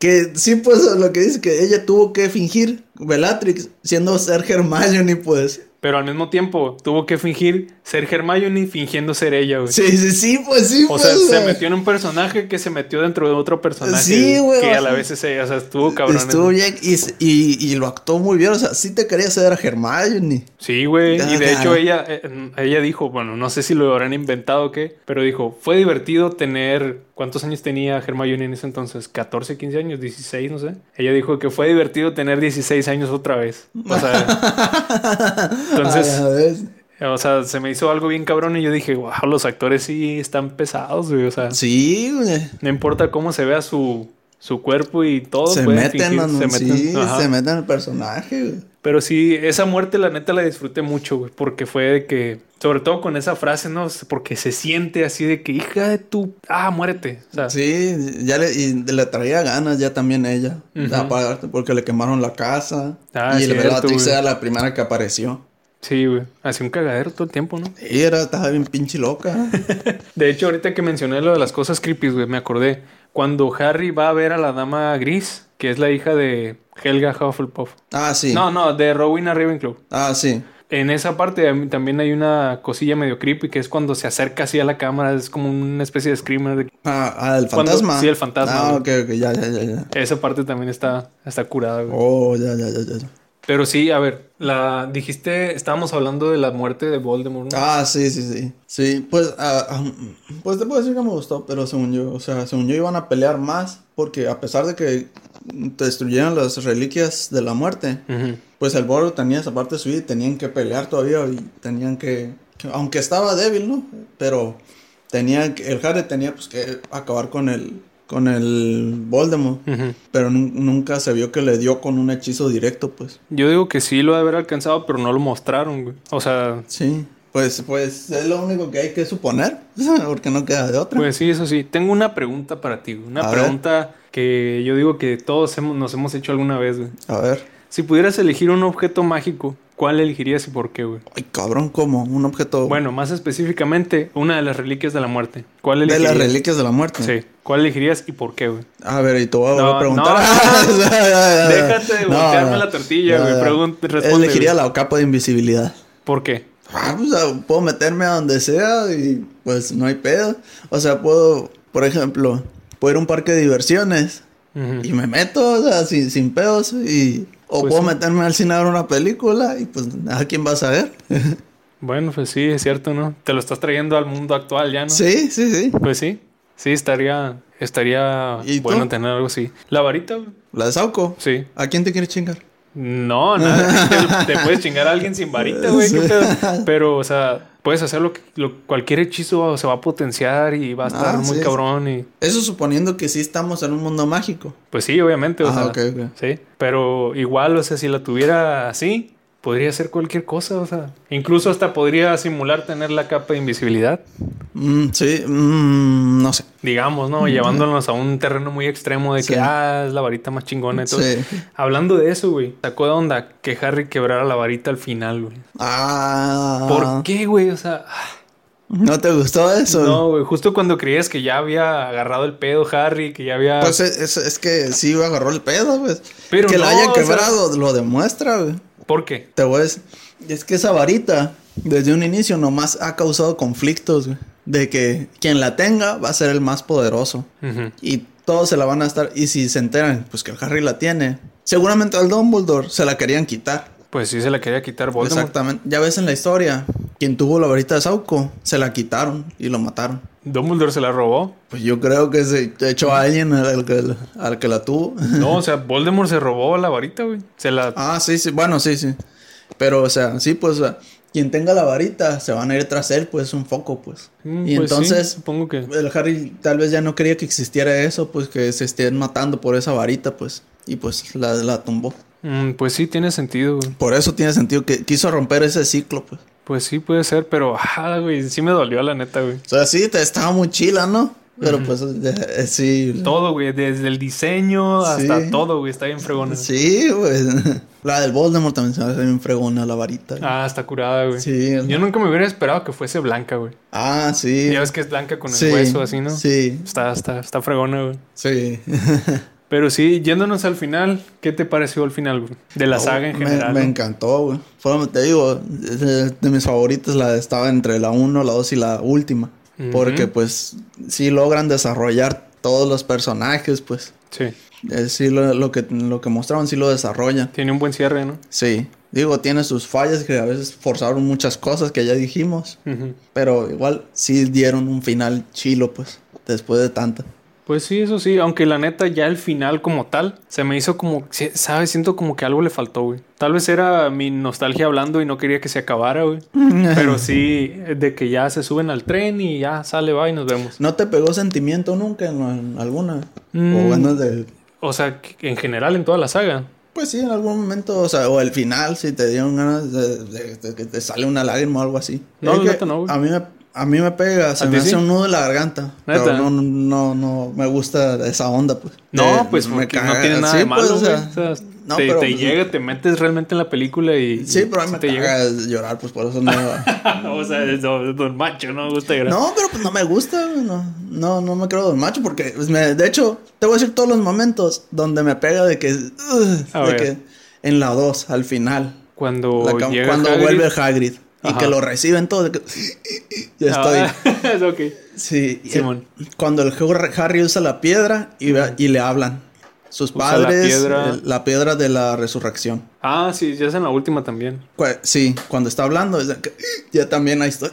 B: que sí, pues, lo que dice que ella tuvo que fingir Bellatrix siendo ser Hermione, pues.
A: Pero al mismo tiempo tuvo que fingir ser Hermione fingiendo ser ella, güey.
B: Sí, sí, sí, pues sí,
A: O
B: pues.
A: sea, se
B: güey.
A: metió en un personaje que se metió dentro de otro personaje.
B: Sí, güey,
A: Que
B: o
A: a la
B: sea,
A: vez es ella. O sea, estuvo cabrón.
B: Estuvo bien y, y, y lo actuó muy bien. O sea, sí te quería hacer a Hermione.
A: Sí, güey. Y de
B: Ajá.
A: hecho ella, eh, ella dijo, bueno, no sé si lo habrán inventado o qué, pero dijo, fue divertido tener, ¿cuántos años tenía Hermione en ese entonces? ¿14, 15 años? ¿16? No sé. Ella dijo que fue divertido tener 16 años otra vez. O sea,
B: A [laughs]
A: entonces,
B: la vez.
A: o sea, se me hizo algo bien cabrón y yo dije, wow, los actores sí están pesados, güey. O sea,
B: Sí, güey.
A: no importa cómo se vea su, su cuerpo y todo.
B: Se
A: pueden
B: meten,
A: fingir-
B: en- sí,
A: ajá.
B: se meten en el personaje, güey.
A: Pero sí, esa muerte la neta la disfruté mucho, güey, porque fue de que, sobre todo con esa frase, ¿no? Porque se siente así de que, hija de tu, ah, muérete. O sea,
B: Sí, ya le, y le traía ganas ya también ella.
A: Ujú.
B: Aparte, porque le quemaron la casa.
A: Ah,
B: y
A: es
B: la
A: cierto,
B: Bellatrix
A: güey.
B: era la primera que apareció.
A: sí, güey, así un cagadero todo el tiempo, ¿no?
B: Y era, estaba bien pinche
A: [laughs]
B: loca.
A: De hecho, ahorita que mencioné lo de las cosas creepy, güey, me acordé. Cuando Harry va a ver a la dama gris, que es la hija de Helga Hufflepuff.
B: ah, sí.
A: No, no, de Rowena Ravenclaw.
B: Ah, sí.
A: En esa parte am- también hay una cosilla medio creepy que es cuando se acerca así a la cámara, es como una especie de screamer. de-
B: Ah, ah, el
A: Cuando-
B: fantasma.
A: sí, el fantasma,
B: Ah, ok,
A: güey.
B: ok, ya, ya, ya. ya.
A: Esa parte también está, está curada, güey.
B: Oh, ya, ya, ya, ya. ya.
A: Pero sí, a ver, la dijiste, estábamos hablando de la muerte de Voldemort. ¿no?
B: Ah, sí, sí, sí. Sí, pues, ah, ah, pues te puedo decir que me gustó, pero según yo, o sea, según yo iban a pelear más, porque a pesar de que destruyeron las reliquias de la muerte,
A: Ujú.
B: pues el Boro tenía esa parte suya y tenían que pelear todavía y tenían que, que- aunque estaba débil, ¿no? Pero tenían que- el Jared tenía pues que acabar con el, con el Voldemort,
A: Ujú.
B: pero nun- nunca se vio que le dio con un hechizo directo, pues.
A: Yo digo que sí lo ha de haber alcanzado, pero no lo mostraron, güey. O sea,
B: Sí, pues, pues es lo único que hay que suponer, [laughs] porque no queda de otra.
A: Pues sí, eso sí. Tengo una pregunta para ti, güey. Una
B: A ver.
A: pregunta que yo digo que todos hemos- nos hemos hecho alguna vez, güey.
B: A ver.
A: Si pudieras elegir un objeto mágico, ¿cuál elegirías y por qué, güey?
B: Ay, cabrón, ¿cómo? Un objeto
A: Bueno, más específicamente, una de las reliquias de la muerte. ¿Cuál
B: de
A: elegirías?
B: las reliquias de la muerte.
A: Sí. ¿Cuál elegirías y por qué, güey?
B: A ver, y te voy a volver
A: No,
B: a preguntar.
A: no, no, no.
B: Ya, [laughs] ya, ya, ya.
A: Déjate de voltearme la tortilla, güey. Pregun- responde,
B: Elegiría la capa de invisibilidad.
A: ¿Por qué?
B: Ah, pues, ah, puedo meterme a donde sea y pues no hay pedo. O sea, puedo, por ejemplo, puedo ir a un parque de diversiones
A: Ujú.
B: y me meto, o sea, sin, sin pedos. Y, o
A: Pues
B: puedo
A: sí.
B: meterme al cine a ver una película y pues a quién vas a ver.
A: Bueno, pues sí, es cierto, ¿no? Te lo estás trayendo al mundo actual ya, ¿no?
B: sí, sí, sí.
A: Pues sí. Sí, estaría, estaría
B: ¿Y tú?
A: bueno tener algo así. La varita, güey.
B: La de Sauco.
A: Sí.
B: ¿A quién te quieres chingar?
A: No, nada.
B: [laughs]
A: te, te puedes chingar a alguien sin varita, güey. qué pedo. Pero, o sea, puedes hacer lo que lo- cualquier hechizo se va a potenciar y va a estar
B: Ah,
A: muy
B: sí.
A: cabrón. Y,
B: Eso suponiendo que sí estamos en un mundo mágico.
A: pues sí, obviamente. O
B: Ah,
A: sea,
B: ok, ok.
A: Sí. Pero igual, o sea, si la tuviera así, podría hacer cualquier cosa. O sea, incluso hasta podría simular tener la capa de invisibilidad.
B: Mm, sí, mm, no sé.
A: Digamos, ¿no? Llevándonos a un terreno muy extremo de
B: Sí.
A: que, ah, es la varita más chingona y todo.
B: Sí.
A: Hablando de eso, güey, sacó de onda que Harry quebrara la varita al final, güey.
B: Ah.
A: ¿Por qué, güey? O sea,
B: ¿No te gustó eso?
A: No, güey, justo cuando creías que ya había agarrado el pedo Harry, que ya había...
B: Pues es, es- es que sí agarró el pedo, pues.
A: Pero
B: que
A: no,
B: la hayan
A: o sea-
B: quebrado lo demuestra, güey.
A: ¿Por qué?
B: Te voy a decir. Es que esa varita, desde un inicio, nomás ha causado conflictos, güey. De que quien la tenga va a ser el más poderoso.
A: Ujú.
B: Y todos se la van a estar. Y si se enteran, pues que Harry la tiene. Seguramente al Dumbledore se la querían quitar.
A: Pues sí se la quería quitar Voldemort.
B: Exactamente. Ya ves en la historia, quien tuvo la varita de Sauco, se la quitaron y lo mataron.
A: Dumbledore se la robó.
B: Pues yo creo que se echó a alguien al, al que, al que la tuvo.
A: No, o sea, Voldemort se robó la varita, güey. Se la...
B: [laughs] ah, sí, sí. Bueno, sí, sí. Pero, o sea, sí, pues, o sea, quien tenga la varita se van a ir tras él, pues, un foco, pues.
A: Mm,
B: y
A: pues sí,
B: entonces,
A: supongo que...
B: el Harry tal vez ya no quería que existiera eso, pues, que se estén matando por esa varita, pues. Y, pues, la, la tumbó.
A: Mm, pues sí, tiene sentido, güey.
B: Por eso tiene sentido que quiso romper ese ciclo, pues.
A: Pues sí, puede ser, pero... [laughs] Ah, güey, sí me dolió la neta, güey.
B: O sea, sí, te estaba muy chila, ¿no? Pero, pues, eh, eh, sí.
A: Todo, güey, desde el diseño hasta
B: Sí.
A: todo, güey, está bien fregona.
B: Sí, pues. [laughs] La del Voldemort también se me hace bien fregona, la varita. güey.
A: Ah, está curada, güey.
B: Sí.
A: Yo nunca me hubiera esperado que fuese blanca, güey.
B: Ah, sí.
A: Ya ves que es blanca con el
B: Sí,
A: hueso, así, ¿no?
B: Sí,
A: Está, está, está fregona, güey.
B: sí.
A: Pero sí, yéndonos al final, ¿qué te pareció al final, güey? De [laughs] la saga en
B: Oh, Me-
A: general.
B: Me,
A: ¿no?
B: encantó, güey. Fueron, te digo, de, de mis favoritas la estaba entre la 1, la 2 y la última.
A: Ujú.
B: Porque, pues, sí logran desarrollar todos los personajes, pues.
A: Sí,
B: Eh, sí, lo, lo que, lo que mostraron, sí lo desarrollan.
A: tiene un buen cierre, ¿no?
B: Sí. Digo, tiene sus fallas que a veces forzaron muchas cosas que ya dijimos.
A: Ujú.
B: Pero igual sí dieron un final chilo, pues, después de tanta.
A: Pues sí, eso sí, aunque la neta ya el final como tal se me hizo como, si- ¿sabes? Siento como que algo le faltó, güey. Tal vez era mi nostalgia hablando y no quería que se acabara,
B: [laughs]
A: güey. [laughs] Pero sí, de que ya se suben al tren y ya sale, va y nos vemos.
B: ¿No te pegó sentimiento nunca en, en alguna?
A: Mm.
B: O ganas de...
A: O sea, que- en general en toda la saga.
B: Pues sí, en algún momento, o sea, o el final, si te dieron ganas de, de- de que te sale una lágrima o algo así.
A: No,
B: Es
A: la
B: que
A: neta no, güey.
B: A mí me, a mí me pega, se
A: ¿A
B: me
A: ti
B: hace
A: sí?
B: un nudo en la garganta.
A: ¿Neta?
B: Pero no, no, no me gusta esa onda, pues.
A: No,
B: Eh,
A: pues
B: me
A: porque no
B: caga.
A: tiene nada
B: Sí,
A: de malo,
B: pues, o
A: güey.
B: sea,
A: O sea,
B: no,
A: te,
B: pero,
A: te
B: pues,
A: llega, te metes realmente en la película y...
B: Sí, pero a mí
A: sí
B: me
A: te llega.
B: caga llorar, pues por
A: [laughs]
B: eso no...
A: o sea, es don, don macho, ¿no? Me gusta llorar.
B: No, pero pues no me gusta, güey, no, no, no me creo Don Macho porque, pues, me- de hecho, te voy a decir todos los momentos donde me pega de que, ugh,
A: A
B: de
A: ver.
B: que en la 2, al final,
A: Cuando,
B: La cam-
A: llega
B: cuando
A: Hagrid-
B: vuelve Hagrid y
A: Ajá.
B: que lo reciben todos. que- [laughs] Ya estoy.
A: Ah, [laughs] es ok.
B: Sí, y-
A: Simón.
B: cuando el Har- Harry usa la piedra y, va- y le hablan. Sus
A: Usa la
B: padres, el-
A: piedra.
B: la piedra. de la resurrección.
A: Ah, sí, ya es en la última también.
B: Cua- Sí, cuando está hablando, es de que- ya también ahí estoy.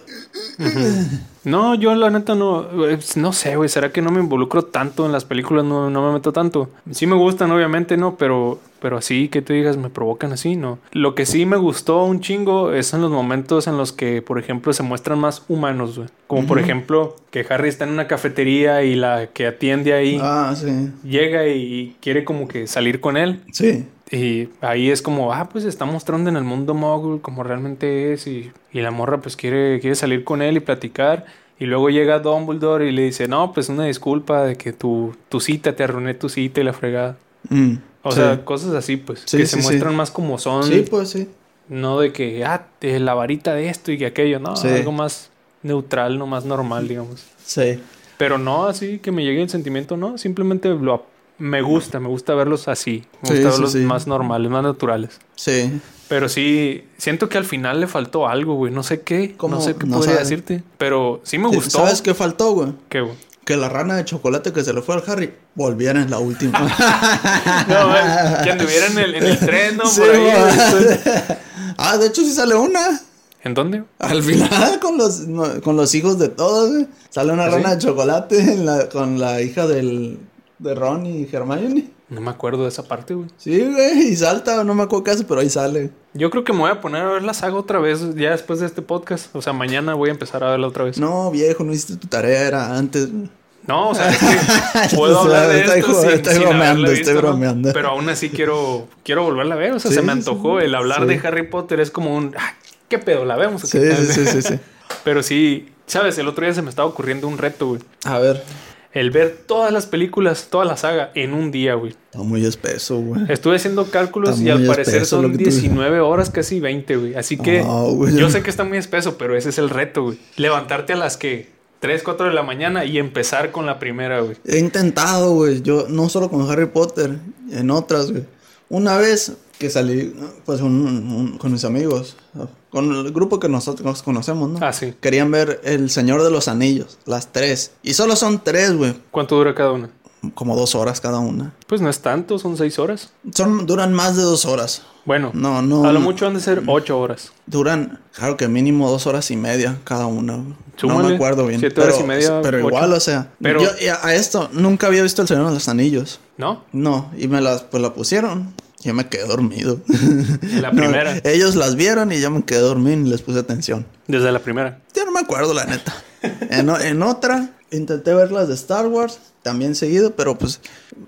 A: No, yo la neta no, eh, no sé, güey, ¿será que no me involucro tanto en las películas? No, no me meto tanto. Sí me gustan, obviamente, no, pero, pero así que tú digas, me provocan así, no. Lo que sí me gustó un chingo es en los momentos en los que, por ejemplo, se muestran más humanos, güey. Como por ejemplo, que Harry está en una cafetería y la que atiende ahí
B: Ah, sí.
A: llega y quiere como que salir con él.
B: Sí.
A: Y ahí es como, ah, pues está mostrando en el mundo mogul como realmente es. Y, y la morra pues quiere, quiere salir con él y platicar. Y luego llega Dumbledore y le dice, no, pues una disculpa de que tu, tu cita, te arruiné tu cita y la fregada.
B: Mm,
A: O
B: sí.
A: sea, cosas así pues,
B: Sí,
A: que
B: sí,
A: se
B: sí.
A: muestran más como son.
B: Sí, pues sí.
A: No de que, ah, te- la varita de esto y que aquello, no,
B: Sí.
A: algo más neutral, no más normal, digamos.
B: Sí.
A: Pero no así que me llegue el sentimiento, no, simplemente lo... ap- Me gusta, me gusta verlos así, me
B: Sí,
A: gusta
B: sí,
A: verlos
B: sí.
A: más normales, más naturales.
B: Sí.
A: Pero sí, siento que al final le faltó algo, güey. No sé qué.
B: ¿Cómo?
A: No sé qué
B: No
A: podría
B: sabe.
A: decirte. Pero sí me gustó.
B: ¿Sabes qué faltó, güey?
A: ¿Qué, güey? [laughs]
B: Que la rana de chocolate que se le fue al Harry volviera en la última.
A: [laughs] No, güey, que anduviera en el, en el tren, ¿no?
B: Sí,
A: Por ahí.
B: güey. ah, de hecho sí sale una.
A: ¿En dónde? [laughs]
B: Al final, con los, no, con los hijos de todos, güey. Sale una
A: ¿Ah,
B: rana
A: sí?
B: de chocolate en la- con la hija del, de Ron y Hermione.
A: No me acuerdo de esa parte, güey.
B: Sí, güey, y salta, no me acuerdo qué hace, pero ahí sale.
A: Yo creo que me voy a poner a ver la saga otra vez ya después de este podcast. O sea, mañana voy a empezar a verla otra vez. No,
B: No, viejo, no hiciste tu tarea, era antes.
A: o sea, es
B: [laughs]
A: que puedo
B: Estoy-
A: hablar de
B: estoy
A: esto
B: jod-
A: sin,
B: estoy
A: sin
B: bromeando,
A: haberla
B: estoy
A: visto, ¿no?
B: bromeando.
A: Pero aún así quiero, quiero volverla a ver. O sea,
B: Sí,
A: se me
B: sí,
A: antojó. El hablar
B: sí.
A: de Harry Potter es como un... ah, ¿Qué pedo? ¿La vemos? o
B: Sí,
A: qué?
B: sí, sí,
A: [laughs]
B: sí, sí.
A: Pero sí, sabes, el otro día se me estaba ocurriendo un reto, güey.
B: A ver.
A: El ver todas las películas, toda la saga en un día, güey.
B: Está muy espeso, güey.
A: Estuve haciendo cálculos
B: Está
A: y al
B: muy
A: parecer
B: espeso lo
A: son
B: que tú dices.
A: 19 horas, casi 20, güey. Así que
B: No, güey.
A: yo sé que está muy espeso, pero ese es el reto, güey. Levantarte a las que 3, 4 de la mañana y empezar con la primera, güey.
B: He intentado, güey. Yo, no solo con Harry Potter, en otras, güey. Una vez que salí, pues, un- un- con mis amigos, con el grupo que nosotros conocemos, ¿no?
A: Ah, sí.
B: Querían ver El Señor de los Anillos, las tres. Y solo son tres, güey.
A: ¿Cuánto dura cada una?
B: Como dos horas cada una.
A: Pues no es tanto, son 6 horas.
B: Son, duran más de dos horas.
A: Bueno,
B: No, no.
A: a lo
B: no.
A: mucho han de ser 8 horas.
B: Duran, claro que mínimo dos horas y media cada una. güey. no
A: Súmale,
B: me acuerdo bien.
A: siete
B: pero,
A: horas y media,
B: pero
A: ocho.
B: igual, o sea.
A: Pero-
B: Yo y a a esto nunca había visto El Señor de los Anillos.
A: ¿No?
B: [laughs] No, y me las pues la pusieron. Yo me quedé dormido.
A: La
B: [laughs] No, eh.
A: primera.
B: ellos las vieron y yo me quedé dormido y les puse atención.
A: Desde la primera.
B: Yo no me acuerdo,
A: [laughs]
B: la neta. En, o- en otra, intenté ver las de Star Wars, también seguido, pero pues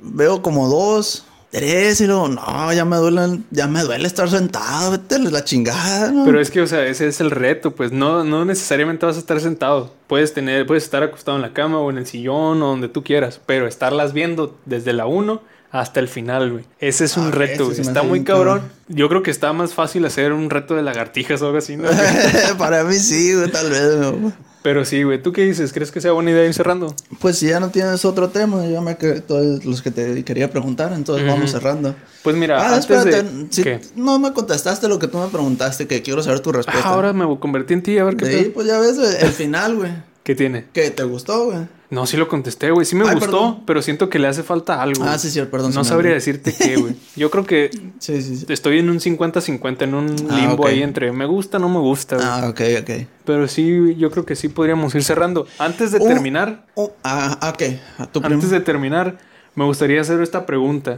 B: veo como dos, tres, y luego, no, ya me duele, ya me duele estar sentado, vete a la chingada. ¿no?
A: Pero es que, o sea, ese es el reto, pues no, no necesariamente vas a estar sentado. Puedes tener, puedes estar acostado en la cama o en el sillón o donde tú quieras, pero estarlas viendo desde la 1 hasta el final, güey. Ese es un
B: Ah, ese
A: reto, güey.
B: se me
A: Está
B: hace
A: muy
B: bien
A: cabrón.
B: cabrón.
A: Yo creo que está más fácil hacer un reto de lagartijas o algo así,
B: [laughs]
A: ¿no?
B: [laughs] Para mí sí, güey, tal vez. güey.
A: pero sí, güey. ¿Tú qué dices? ¿Crees que sea buena idea ir cerrando?
B: Pues si ya no tienes otro tema, ya me quedé todos los que te quería preguntar, entonces vamos cerrando.
A: Pues mira,
B: Ah,
A: antes
B: espérate,
A: de.
B: si
A: ¿Qué?
B: no me contestaste lo que tú me preguntaste, que quiero saber tu respuesta.
A: Ah, ahora me convertí en ti, a ver qué
B: Sí,
A: pedo.
B: pues ya ves güey, el final, güey.
A: ¿Qué tiene?
B: Que te gustó, güey.
A: No, sí lo contesté, güey. Sí me
B: Ay,
A: gustó,
B: perdón.
A: pero siento que le hace falta algo.
B: Ah,
A: güey.
B: sí, sí, perdón. se
A: No
B: me
A: sabría
B: olvidó.
A: decirte qué, güey. Yo creo
B: [laughs]
A: que
B: Sí, sí, sí.
A: Estoy en un 50-50, en un
B: Ah,
A: limbo
B: ok.
A: ahí entre me gusta, no me gusta. güey.
B: Ah, ok, ok.
A: Pero sí, yo creo que sí podríamos ir cerrando. Antes de
B: Oh,
A: terminar,
B: Oh, ah, ah, ok. A tu primo.
A: antes de terminar, me gustaría hacer esta pregunta.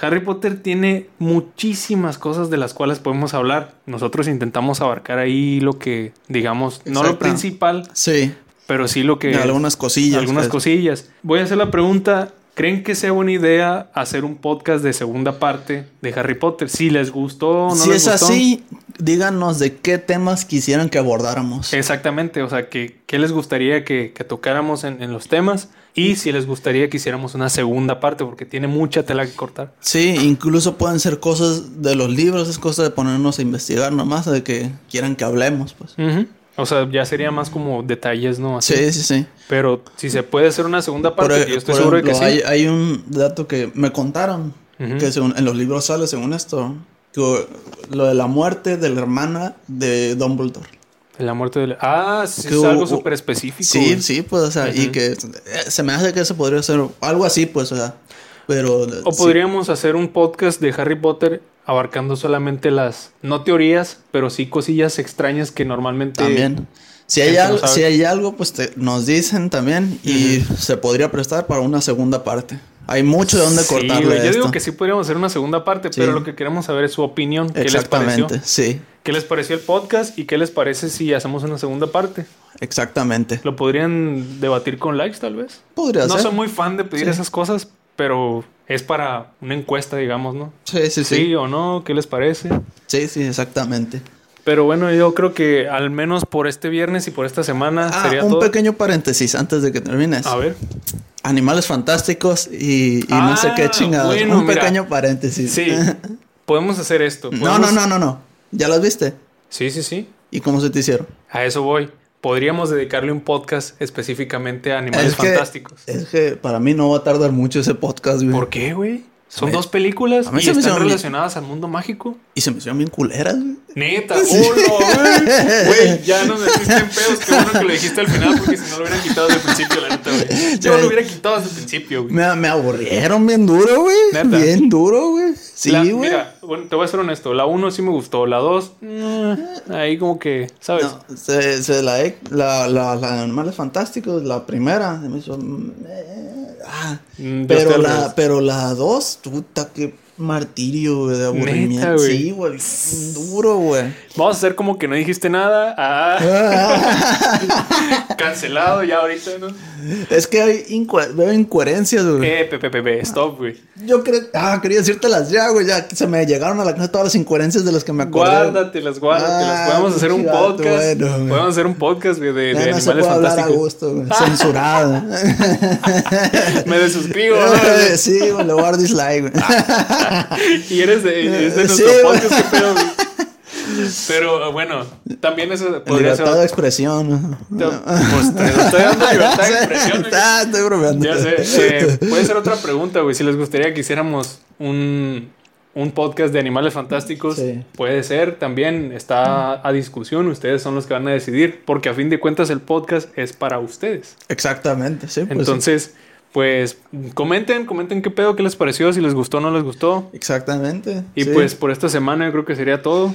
A: Harry Potter tiene muchísimas cosas de las cuales podemos hablar. Nosotros intentamos abarcar ahí lo que, digamos, no lo
B: Exacto.
A: principal,
B: Sí.
A: pero sí lo que...
B: algunas cosillas.
A: algunas
B: pues.
A: cosillas. Voy a hacer la pregunta. ¿Creen que sea buena idea hacer un podcast de segunda parte de Harry Potter? Si les gustó, no
B: si
A: les
B: es
A: gustó.
B: así, díganos de qué temas quisieran que abordáramos.
A: Exactamente, o sea, que, que les gustaría que, que tocáramos en, en los temas y si les gustaría que hiciéramos una segunda parte porque tiene mucha tela que cortar.
B: Sí, incluso pueden ser cosas de los libros, es cosa de ponernos a investigar nomás, de que quieran que hablemos, pues.
A: O sea, ya sería más como detalles, ¿no? Así.
B: Sí, sí, sí.
A: Pero si se puede hacer una segunda parte,
B: Por- e-
A: que yo estoy
B: por
A: seguro de
B: ejemplo,
A: que sí.
B: hay, hay un dato que me contaron,
A: Ujú.
B: que según- en los libros sale, según esto, que- lo de la muerte de la hermana de Dumbledore.
A: La muerte del. Ah, sí,
B: Que
A: es
B: hubo-
A: algo súper específico.
B: Sí,
A: güey.
B: sí, pues, o sea, y
A: Ujú.
B: que eh, se me hace que eso podría ser algo así, pues, o sea, pero... eh,
A: O
B: sí.
A: podríamos hacer un podcast de Harry Potter abarcando solamente las, no teorías, pero sí cosillas extrañas que normalmente...
B: También. Si hay,
A: gente no
B: al-
A: sabe.
B: si hay algo, pues te- nos dicen también y se podría prestar para una segunda parte. Hay mucho de dónde
A: Sí,
B: cortarle
A: güey,
B: a
A: yo digo
B: esto.
A: que sí podríamos hacer una segunda parte,
B: Sí.
A: pero lo que queremos saber es su opinión. ¿Qué les pareció?
B: Exactamente, sí,
A: ¿Qué les pareció el podcast y qué les parece si hacemos una segunda parte?
B: exactamente.
A: ¿Lo podrían debatir con likes tal vez?
B: Podría
A: No
B: ser.
A: soy muy fan de pedir
B: Sí.
A: esas cosas, pero es para una encuesta, digamos, ¿no?
B: Sí, sí,
A: Sí,
B: sí.
A: o no, ¿qué les parece?
B: Sí, sí, exactamente.
A: Pero bueno, yo creo que al menos por este viernes y por esta semana
B: Ah,
A: sería
B: un
A: todo.
B: pequeño paréntesis antes de que termines.
A: A ver.
B: Animales fantásticos y, y no sé qué
A: Ah,
B: chingados.
A: bueno,
B: un
A: mira.
B: pequeño paréntesis. [laughs]
A: Sí. Podemos hacer esto.
B: no, no,
A: podemos-
B: no, no, no. ¿Ya los viste?
A: Sí, sí, sí.
B: ¿Y cómo se te hicieron?
A: A eso voy. Podríamos dedicarle un podcast específicamente a animales
B: Es que- eh,
A: fantásticos.
B: Es que para mí no va a tardar mucho ese podcast, güey.
A: ¿Por qué, güey? Son
B: A mí-
A: dos películas
B: a mí
A: y
B: se me
A: están
B: hizo-
A: relacionadas al mundo mágico.
B: Y se me hicieron bien culeras, güey.
A: Neta, hola,
B: [laughs]
A: güey. Güey, ya nos metiste en pedos. Qué bueno que lo dijiste al final porque si no lo hubieran quitado desde el principio, la neta,
B: [laughs]
A: güey. Yo lo hubiera quitado desde el principio, güey.
B: Me, me aburrieron bien duro, güey.
A: Neta.
B: Bien duro, güey. Sí,
A: La-
B: güey.
A: Mira, bueno, te voy a ser honesto. La 1 sí me gustó. La 2, ahí como que, ¿sabes?
B: No, se, se la, he- la, la, la de Animales Fantásticos, la primera, se me hizo, mm, eh, ah,
A: Mm, yo
B: pero,
A: estoy al
B: la,
A: revés.
B: pero la dos, puta, qué martirio, güey, de aburrimiento.
A: Neta, güey.
B: Sí, güey, bien duro, güey. [laughs]
A: Vamos a hacer como que no dijiste nada. Ah, cancelado ya ahorita, ¿no?
B: es que hay incu- veo incoherencias, güey.
A: Eh, pepe, pepe, stop, güey.
B: Yo creo, ah, quería decírtelas ya, güey, ya que se me llegaron a la cabeza todas las incoherencias de las que me acordé.
A: Guárdatelas, guárdatelas.
B: Ah,
A: Podemos hacer un
B: gato,
A: podcast.
B: bueno, güey.
A: Podemos hacer un podcast, güey, de, de
B: Ya no
A: animales
B: se puede hablar a
A: fantásticos. Ah.
B: gusto, güey,
A: [laughs]
B: censurado. [laughs] Eh,
A: Me desuscribo. ¿no? Ah,
B: sí, güey, le voy a dar dislike, güey. [laughs]
A: y eres de, eres de
B: Sí,
A: nuestro
B: güey.
A: podcast, qué pedo,
B: [laughs]
A: güey. Pero eh, bueno, también eso podría ser.
B: Libertad de expresión.
A: otra- Pues te lo estoy
B: [laughs]
A: dando libertad de expresión. güey.
B: Ah, estoy bromeando.
A: Ya
B: [laughs]
A: sé. eh, puede ser otra pregunta, güey. Si les gustaría que hiciéramos un, un podcast de animales fantásticos,
B: Sí.
A: puede ser. También está a discusión. Ustedes son los que van a decidir. Porque a fin de cuentas, el podcast es para ustedes.
B: Exactamente, sí. Pues,
A: Entonces, pues comenten, comenten qué pedo, qué les pareció, si les gustó o no les gustó.
B: Exactamente.
A: Y
B: sí.
A: pues por esta semana yo creo que sería todo.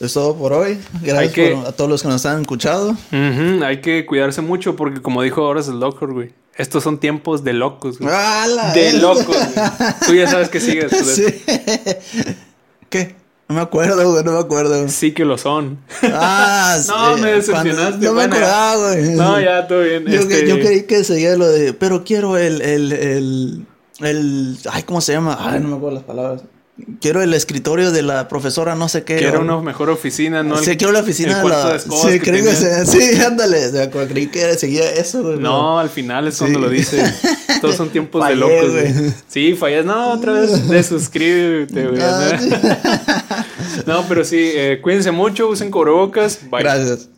B: Es todo por hoy.
A: Hay
B: Gracias
A: que-
B: por- a todos los que nos han escuchado.
A: Ujú, Hay que cuidarse mucho porque como dijo ahora es el locker, güey. Estos son tiempos de locos, güey.
B: ¡Ah, la
A: De
B: verga! [laughs]
A: locos, güey. Tú ya sabes que sigues. pues,
B: Sí. ¿Qué? No me acuerdo, güey, no me acuerdo.
A: Sí que lo son.
B: Ah,
A: [laughs] No, me decepcionaste,
B: cuando- No me
A: bueno, ya.
B: acordaba, güey.
A: No, ya, todo bien.
B: Yo, que-
A: este,
B: yo creí que seguía lo de, pero quiero el, el, el, el, ay, ¿cómo se llama? Ay, no me acuerdo las palabras. Quiero el escritorio de la profesora, no sé qué.
A: que era
B: o-
A: una mejor oficina, ¿no?
B: Sí, quiero la oficina
A: el
B: de
A: cuarto
B: la.
A: de escobas
B: sí,
A: que
B: creo que
A: tenía.
B: se- sí, ándale. o sea, cuando creí que era- seguía eso, güey.
A: No, al final es cuando
B: Sí.
A: lo dice.
B: [laughs]
A: Todos son tiempos
B: Fallé,
A: de locos, güey.
B: güey.
A: Sí, fallas. No, otra
B: [laughs]
A: vez desuscríbete, güey. [laughs]
B: Ah, sí.
A: No, pero sí, eh, cuídense mucho, usen cubrebocas. Bye.
B: Gracias.